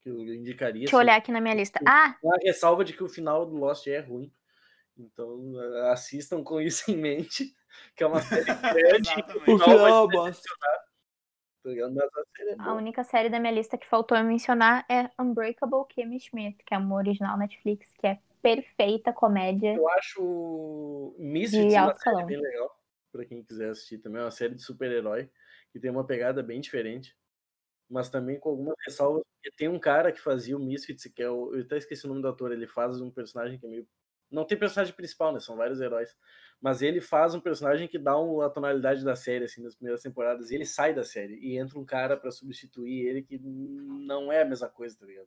Speaker 3: Que eu indicaria.
Speaker 4: Deixa eu
Speaker 3: assim,
Speaker 4: olhar aqui na minha lista. Ah,
Speaker 3: com a ressalva de que o final do Lost é ruim. Então eh, assistam com isso em mente, que é uma série grande,
Speaker 1: Exatamente.
Speaker 2: O
Speaker 3: final vai
Speaker 2: final é uma
Speaker 3: ser
Speaker 2: bosta.
Speaker 3: tá ligado? mas a série é
Speaker 4: a
Speaker 3: boa.
Speaker 4: única série da minha lista que faltou eu mencionar é Unbreakable Kimmy Schmidt, que é uma original Netflix, que é perfeita comédia.
Speaker 3: Eu acho Misfits
Speaker 4: De
Speaker 3: uma
Speaker 4: alto
Speaker 3: série
Speaker 4: calão.
Speaker 3: bem legal, pra quem quiser assistir também. É uma série de super-herói, que tem uma pegada bem diferente, mas também com algumas ressalvas. Porque tem um cara que fazia o Misfits, que é o... Eu até esqueci o nome do ator, ele faz um personagem que é meio... Não tem personagem principal, né? São vários heróis. Mas ele faz um personagem que dá um- a tonalidade da série, assim, nas primeiras temporadas. E ele sai da série. E entra um cara pra substituir ele que não é a mesma coisa, tá ligado?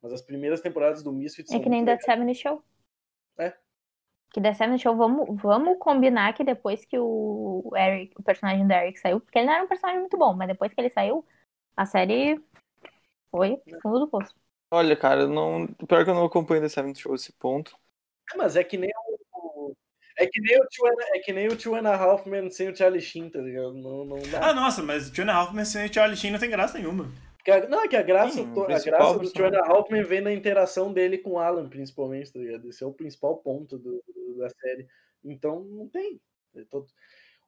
Speaker 3: Mas as primeiras temporadas do Misfits
Speaker 4: É
Speaker 3: são
Speaker 4: que nem
Speaker 3: muito
Speaker 4: The 70 Show.
Speaker 3: É.
Speaker 4: Que The 70 Show, vamos, vamos combinar que depois que o Eric, o personagem do Eric saiu, porque ele não era um personagem muito bom, mas depois que ele saiu, a série foi pro fundo do poço.
Speaker 2: Olha, cara, eu não... pior que eu não acompanho The Seventh Show esse ponto.
Speaker 3: É, mas é que nem o. É que nem o Two and, é que nem o Two and a Half Men sem o Charlie Sheen, tá ligado? Não, não dá.
Speaker 1: Ah, nossa, mas John Hoffman sem Charlie Sheen não tem graça nenhuma.
Speaker 3: Porque a- não, é que a graça,
Speaker 2: Sim, o
Speaker 3: to- a
Speaker 2: principal
Speaker 3: graça do Two and
Speaker 2: personagem.
Speaker 3: a Half Men vem na interação dele com o Alan, principalmente, tá ligado? Esse é o principal ponto do- do- da série. Então, não tem. É todo-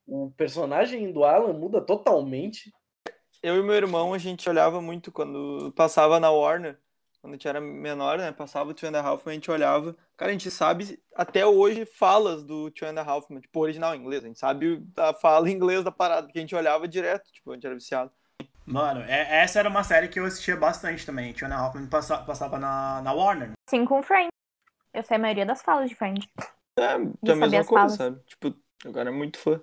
Speaker 3: O personagem do Alan muda totalmente.
Speaker 2: Eu e meu irmão, a gente olhava muito quando passava na Warner, quando a gente era menor, né? Passava o Two and a Halfman, a gente olhava. Cara, a gente sabe até hoje falas do Two and a Halfman, tipo, original em inglês. A gente sabe a fala em inglês da parada, que a gente olhava direto, tipo, a gente era viciado.
Speaker 1: Mano, é- essa era uma série que eu assistia bastante também. John Hoffman passa, passava na, na Warner.
Speaker 4: Assim com Friends. Eu sei a maioria das falas de Friends.
Speaker 2: É,
Speaker 4: sabia
Speaker 2: é a mesma coisa,
Speaker 4: as falas.
Speaker 2: sabe? Tipo, agora é muito fã.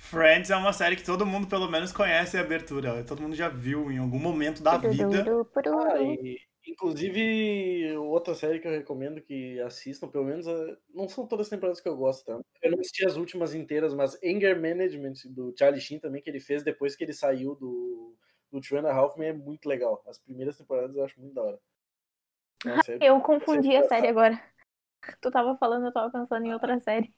Speaker 1: Friends é uma série que todo mundo, pelo menos, conhece a abertura. Todo mundo já viu em algum momento da vida.
Speaker 3: Ah, e, inclusive, outra série que eu recomendo que assistam, pelo menos, a- não são todas as temporadas que eu gosto, tá? Eu não assisti as últimas inteiras, mas Anger Management, do Charlie Sheen também, que ele fez depois que ele saiu do, do Two and a Half Men, é muito legal. As primeiras temporadas eu acho muito da hora. É uma série-
Speaker 4: Eu confundi a série agora. Tu tava falando, eu tava pensando em outra série.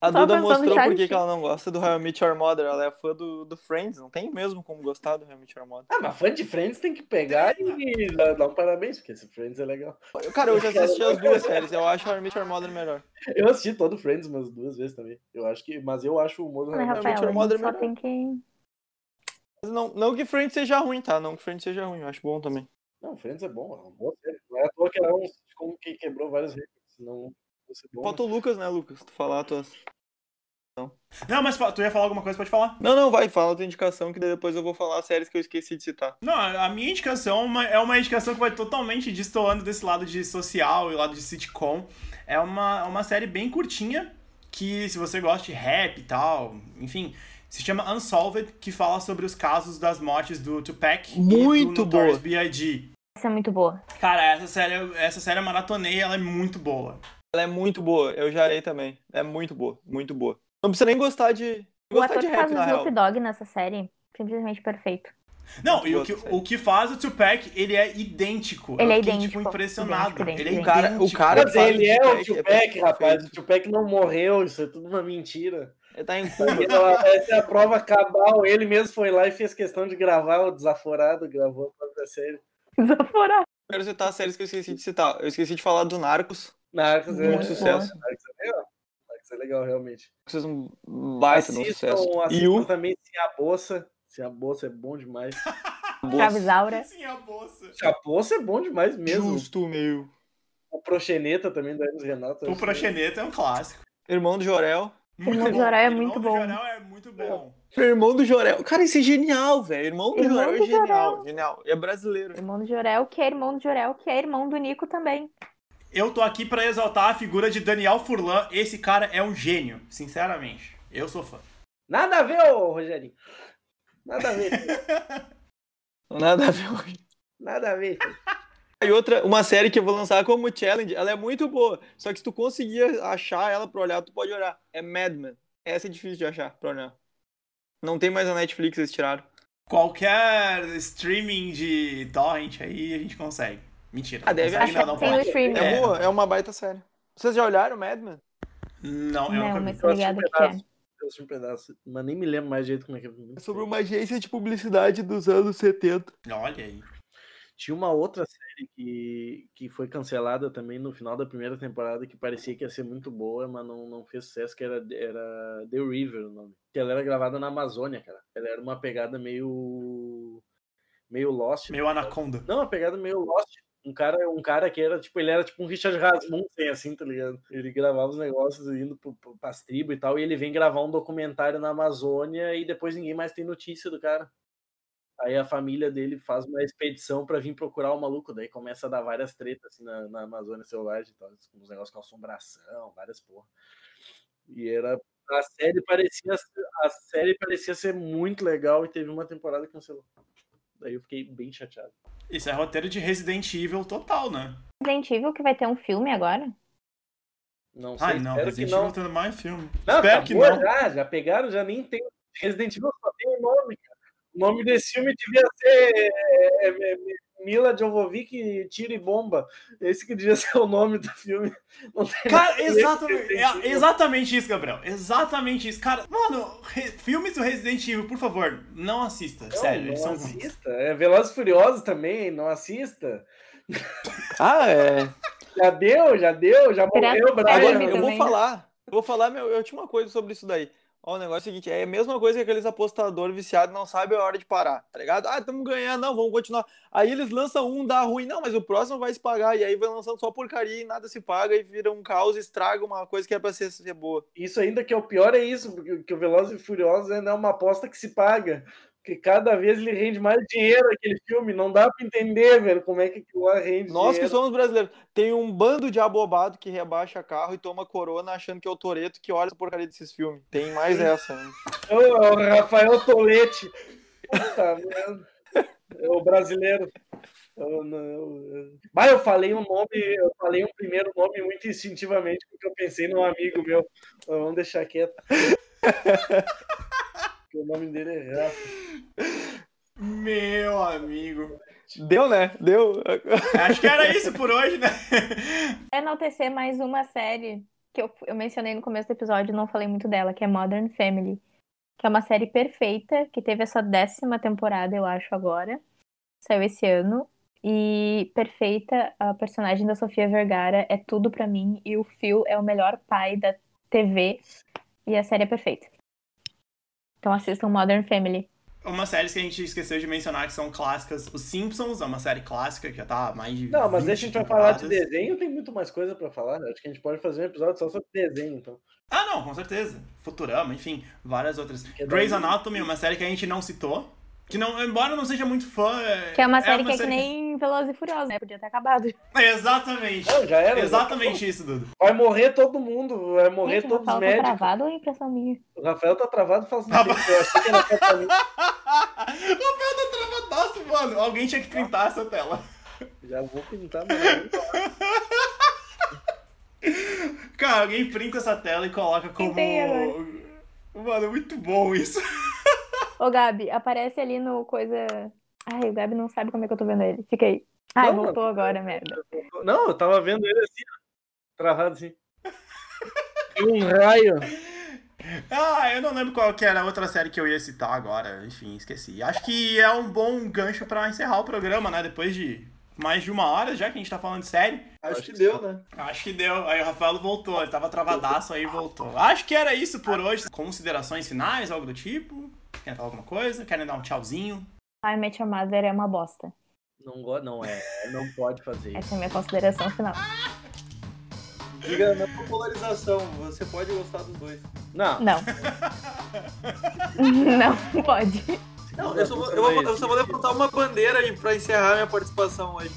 Speaker 2: A
Speaker 4: Eu tava
Speaker 2: Duda
Speaker 4: pensando
Speaker 2: mostrou
Speaker 4: já
Speaker 2: por
Speaker 4: nisso.
Speaker 2: que que ela não gosta do How I Met Your Mother. Ela é fã do, do Friends, não tem mesmo como gostar do How I Met Your Mother.
Speaker 3: Ah, mas fã de Friends tem que pegar e dar, dar um parabéns, porque esse Friends é legal.
Speaker 2: Eu- Cara, eu já assisti as duas séries, eu acho How I Met Your Mother melhor.
Speaker 3: Eu assisti todo Friends umas duas vezes também. Eu acho que, mas eu acho o humor
Speaker 2: É,
Speaker 3: do
Speaker 4: Né,
Speaker 3: Harry
Speaker 4: Rafael?
Speaker 2: Your
Speaker 4: A gente
Speaker 2: Mother
Speaker 4: só
Speaker 2: melhor.
Speaker 4: tem que.
Speaker 2: Mas não, não que Friends seja ruim, tá? Não que Friends seja ruim, eu acho bom também.
Speaker 3: Não, Friends é bom, é uma boa série. Não é à toa que ela é um sitcom que quebrou vários recordes. Não fosse bom.
Speaker 2: Falta o Lucas, né, Lucas? Tu falar tuas.
Speaker 1: Não, mas fa- tu ia falar alguma coisa, pode falar.
Speaker 2: Não, não, vai, fala a tua indicação que daí depois eu vou falar as séries que eu esqueci de citar.
Speaker 1: Não, a a minha indicação é uma, é uma indicação que vai totalmente destoando desse lado de social e lado de sitcom. É uma, é uma série bem curtinha, que se você gosta de rap e tal, enfim, se chama Unsolved, que fala sobre os casos das mortes do Tupac e do
Speaker 2: Muito
Speaker 1: Notorious
Speaker 2: boa.
Speaker 1: B.I.G.
Speaker 4: Essa é muito boa.
Speaker 1: Cara, essa série, é, essa série eu maratonei, ela é muito boa.
Speaker 2: Ela é muito boa, eu já arei também. É muito boa, muito boa. Não precisa nem gostar de.
Speaker 4: O
Speaker 2: Gostar
Speaker 4: ator
Speaker 2: de
Speaker 4: que faz
Speaker 2: rap,
Speaker 4: o
Speaker 2: na real.
Speaker 4: Snoop Dogg nessa série, simplesmente perfeito.
Speaker 1: Não,
Speaker 2: Muito
Speaker 1: e
Speaker 2: boa
Speaker 1: o que,
Speaker 2: essa série.
Speaker 1: o que faz o Tupac, ele é idêntico. eu
Speaker 4: Ele é
Speaker 1: fiquei,
Speaker 4: idêntico.
Speaker 1: tipo, impressionado.
Speaker 4: Idêntico, idêntico,
Speaker 1: Ele é
Speaker 2: O cara- o
Speaker 1: idêntico.
Speaker 2: cara
Speaker 3: Mas ele é o
Speaker 2: Tupac, é
Speaker 3: Tupac,
Speaker 2: perfeito.
Speaker 3: rapaz. O Tupac não morreu, isso é tudo uma mentira.
Speaker 2: Ele tá em Cuba.
Speaker 3: Então, essa é a prova cabal. Ele mesmo foi lá e fez questão de gravar o Desaforado, gravou a própria série.
Speaker 4: Desaforado.
Speaker 2: Quero citar as séries que eu esqueci de citar. Eu esqueci de falar do Narcos.
Speaker 3: Narcos é,
Speaker 2: Muito sucesso.
Speaker 3: Narcos é legal. Narcos é legal, realmente.
Speaker 2: Vocês um baita de um
Speaker 3: assistam,
Speaker 2: sucesso. E
Speaker 3: assistam
Speaker 2: o
Speaker 3: também Se a Bolsa. Se a Bolsa é bom demais.
Speaker 4: Travis Aura.
Speaker 1: Sim, a bolsa.
Speaker 3: Se a Bolsa é bom demais mesmo.
Speaker 2: Justo, meu.
Speaker 3: O Proxeneta também, do Hermes Renato.
Speaker 1: O
Speaker 3: acho que-
Speaker 1: Proxeneta é um clássico.
Speaker 2: Irmão do Jorel.
Speaker 4: Irmão do Jorel é muito bom.
Speaker 1: Irmão do Jorel é muito bom.
Speaker 2: Irmão do Jorel. Cara, isso é genial, velho. Irmão do
Speaker 4: Irmão
Speaker 2: Jorel é
Speaker 4: do
Speaker 2: genial.
Speaker 4: Jorel.
Speaker 2: Genial. E é brasileiro.
Speaker 4: Irmão do Jorel, que é irmão do Jorel, que é irmão do Nico também.
Speaker 1: eu tô aqui pra exaltar a figura de Daniel Furlan. Esse cara é um gênio, sinceramente. Eu sou fã.
Speaker 3: Nada a ver, ô Rogerinho. Nada a ver.
Speaker 2: Nada a ver. com isso.
Speaker 3: Nada a ver. filho.
Speaker 2: E outra, uma série que eu vou lançar como challenge, ela é muito boa. Só que se tu conseguir achar ela pra olhar, tu pode olhar. É Mad Men. Essa é difícil de achar pra olhar. Não tem mais na Netflix, eles tiraram.
Speaker 1: Qualquer streaming de torrent aí a gente consegue. Mentira.
Speaker 2: Ah, deve
Speaker 1: consegue,
Speaker 2: achar.
Speaker 1: não, não
Speaker 4: Tem no
Speaker 1: pode.
Speaker 4: streaming.
Speaker 2: É,
Speaker 1: É.
Speaker 2: boa, é uma baita série. Vocês já olharam Mad Men?
Speaker 1: Não, eu
Speaker 4: Não,
Speaker 1: nunca vi.
Speaker 4: mas tô ligada que é.
Speaker 3: Eu assisti um pedaço, mas nem me lembro mais direito como é que
Speaker 2: É
Speaker 3: é.
Speaker 2: sobre uma agência de publicidade dos anos 70.
Speaker 1: Olha aí.
Speaker 3: Tinha uma outra série que, que foi cancelada também no final da primeira temporada, que parecia que ia ser muito boa, mas não, não fez sucesso, que era, era The River o nome. Que ela era gravada na Amazônia, cara. Ela era uma pegada meio. meio Lost.
Speaker 1: Meu Anaconda.
Speaker 3: Não, uma pegada meio Lost. Um cara, um cara que era, tipo, ele era tipo um Richard Rasmussen, assim, tá ligado? Ele gravava os negócios indo pro, pro, pras tribos e tal, e ele vem gravar um documentário na Amazônia e depois ninguém mais tem notícia do cara. Aí a família dele faz uma expedição pra vir procurar o maluco, daí começa a dar várias tretas assim, na, na Amazônia selvagem, e tal, uns negócios com assombração, várias porra. E era. A série parecia, ser- a série parecia ser muito legal e teve uma temporada que cancelou. Daí eu fiquei bem chateado.
Speaker 1: Isso é roteiro de Resident Evil total, né?
Speaker 4: Resident Evil que vai ter um filme agora?
Speaker 3: Não sei,
Speaker 1: Ai, não,
Speaker 3: espero que
Speaker 1: Resident
Speaker 3: não.
Speaker 1: Evil tendo mais filme.
Speaker 3: Não,
Speaker 1: Espero
Speaker 3: acabou
Speaker 1: que não.
Speaker 3: Já, já pegaram, já nem tem. Resident Evil só tem o nome, cara. O nome desse filme devia ser é, é, é, Mila Jovovich e Tiro e Bomba. Esse que devia ser o nome do filme. Não tem nada
Speaker 1: Cara,
Speaker 3: a ver
Speaker 1: exatamente,
Speaker 3: com Resident
Speaker 1: é
Speaker 3: Evil.
Speaker 1: exatamente isso, Gabriel. Exatamente isso. Cara, mano, re- filmes do Resident Evil, por favor, não assista.
Speaker 3: Não,
Speaker 1: sério,
Speaker 3: não
Speaker 1: eles são ruins.
Speaker 3: assista. É Velozes e Furiosos também, não assista.
Speaker 2: Ah, é.
Speaker 3: Já deu, já deu, já
Speaker 4: Será
Speaker 3: morreu o
Speaker 4: que pega
Speaker 2: Agora,
Speaker 4: ele
Speaker 2: eu vou
Speaker 3: Brian.
Speaker 4: também, né?
Speaker 2: falar. Eu vou falar, meu, eu tinha uma coisa sobre isso daí. Ó, o negócio é o seguinte, é a mesma coisa que aqueles apostadores viciados não sabem a hora de parar, tá ligado? Ah, estamos ganhando, não, vamos continuar. Aí eles lançam um, dá ruim, não, mas o próximo vai se pagar, e aí vai lançando só porcaria e nada se paga, e vira um caos, estraga uma coisa que era pra ser, ser boa.
Speaker 3: Isso ainda que é o pior é isso, porque que o Velozes e Furiosos ainda é uma aposta que se paga. Porque cada vez ele rende mais dinheiro aquele filme. Não dá pra entender, velho, como é que aquilo lá rende
Speaker 2: Nós que
Speaker 3: dinheiro.
Speaker 2: somos brasileiros, tem um bando de abobado que rebaixa carro e toma corona achando que é o Toreto que olha essa porcaria desses filmes. Tem mais essa, né?
Speaker 3: É o, é o Rafael Tolete. Puta merda. É o brasileiro. É né, Eu, não, é. Mas eu falei um nome, eu falei um primeiro nome muito instintivamente, porque eu pensei num amigo meu. Então, Vamos deixar quieto. Porque o nome dele é Rafa.
Speaker 1: Meu amigo.
Speaker 2: Deu, né? Deu.
Speaker 1: Acho que era isso por hoje, né?
Speaker 4: enaltecer mais uma série que eu, eu mencionei no começo do episódio e não falei muito dela, que é Modern Family. Que é uma série perfeita, que teve a sua décima temporada, eu acho, agora. Saiu esse ano. E perfeita, a personagem da Sofia Vergara é tudo pra mim. E o Phil é o melhor pai da TV. E a série é perfeita. Então assistam Modern Family.
Speaker 1: Uma série que a gente esqueceu de mencionar que são clássicas. Os Simpsons é uma série clássica que já tá há mais de.
Speaker 3: Não, mas
Speaker 1: 20
Speaker 3: deixa a gente vai falar de
Speaker 1: temporadas.
Speaker 3: desenho, tem muito mais coisa pra falar. né? Acho que a gente pode fazer um episódio só sobre desenho, então.
Speaker 1: Ah, não, com certeza. Futurama, enfim, várias outras.
Speaker 3: é
Speaker 1: Grey's
Speaker 3: daí-
Speaker 1: Anatomy é uma série que a gente não citou. Que não, embora eu não seja muito fã.
Speaker 4: Que é uma série que é que nem Veloz e Furiosa, né? Podia ter acabado.
Speaker 1: Exatamente.
Speaker 3: Não, já era. já
Speaker 1: Exatamente isso, Dudu.
Speaker 3: Vai morrer todo mundo, vai morrer
Speaker 4: Gente, o
Speaker 3: todos os
Speaker 4: Rafael tá
Speaker 3: médicos.
Speaker 4: travado ou é impressão minha?
Speaker 3: O Rafael tá travado faz um
Speaker 1: Tá
Speaker 3: tempo. Eu achei que era só pra mim.
Speaker 1: Rafael tá travadaço, mano. Alguém tinha que printar essa tela.
Speaker 3: Já vou pintar, mano.
Speaker 1: Cara, alguém printa essa tela e coloca como.
Speaker 4: Printei agora.
Speaker 1: Mano, é muito bom isso.
Speaker 4: Ô, Gabi, aparece ali no coisa. Ai, o Gabi não sabe como é que eu tô vendo ele. Fica aí. Ai,
Speaker 3: Não,
Speaker 4: voltou
Speaker 3: mano.
Speaker 4: agora, merda.
Speaker 3: Não, eu tava vendo ele assim, ó, travado assim. E um raio.
Speaker 1: Ah, eu não lembro qual que era a outra série que eu ia citar agora. Enfim, esqueci. Acho que é um bom gancho pra encerrar o programa, né? Depois de mais de uma hora já que a gente tá falando de série.
Speaker 2: Acho que deu, né?
Speaker 1: Acho que deu. Aí o Rafael voltou. Ele tava travadaço aí voltou. Acho que era isso por hoje. Considerações finais, algo do tipo. Quer falar alguma coisa? Querem dar um tchauzinho?
Speaker 4: Ai, Met Your Mother é uma bosta.
Speaker 3: Não gosto, não é. Não pode fazer isso.
Speaker 4: Essa é a minha consideração final.
Speaker 2: Diga na popularização, você pode gostar dos dois.
Speaker 4: É
Speaker 3: Não.
Speaker 4: Não. não pode.
Speaker 2: Não, eu só, vou, eu, vou- eu só vou levantar uma bandeira aí pra encerrar minha participação hoje.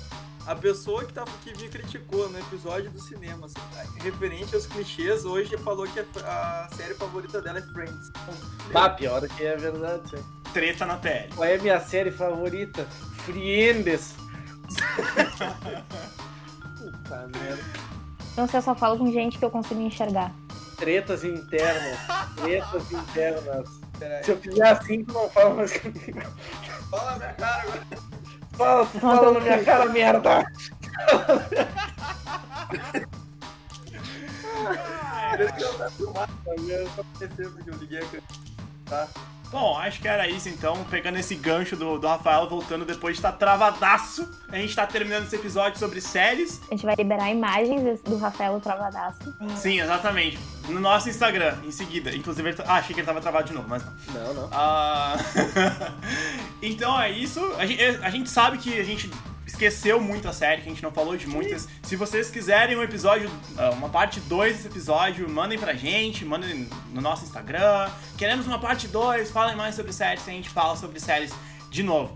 Speaker 2: A pessoa que, tá, que me criticou no episódio do cinema, assim, tá, referente aos clichês, hoje falou que a, a série favorita dela é Friends.
Speaker 3: Bah, pior que é verdade. sim.
Speaker 1: Treta na pele.
Speaker 3: Qual é a minha série favorita? Friendes. Puta merda.
Speaker 4: Não sei, Então, eu só falo com gente que eu consigo enxergar.
Speaker 3: Tretas internas. Tretas internas.
Speaker 2: Peraí.
Speaker 3: Se eu fizer assim, tu não fala mais comigo.
Speaker 2: Fala na minha cara agora.
Speaker 3: Fala, tu fala na minha cara, merda.
Speaker 2: Parece que eu tava filmado, eu só percebo que é eu liguei a câmera. Tá.
Speaker 1: Bom, acho que era isso então, pegando esse gancho do, do Rafael, voltando depois de estar travadaço. A gente tá terminando esse episódio sobre séries.
Speaker 4: A gente vai liberar imagens desse- do Rafael Travadaço.
Speaker 1: Sim, exatamente. No nosso Instagram, em seguida. Inclusive, ele tá- ah, achei que ele tava travado de novo, mas não.
Speaker 3: Não, não.
Speaker 1: Ah, então é isso. A gente, a gente sabe que a gente esqueceu muita série, que a gente não falou de muitas. Se vocês quiserem um episódio, ah, uma parte 2 desse episódio, mandem pra gente, mandem no nosso Instagram. Queremos uma parte 2, falem mais sobre séries, a gente fala sobre séries de novo.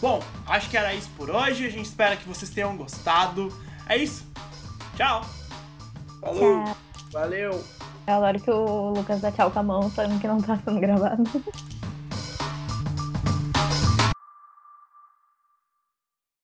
Speaker 1: Bom, acho que era isso por hoje. A gente espera que vocês tenham gostado. É isso. Tchau.
Speaker 2: Falou.
Speaker 3: Valeu.
Speaker 4: É, Eu adoro que o Lucas dá tchau com a mão, falando que não tá sendo gravado.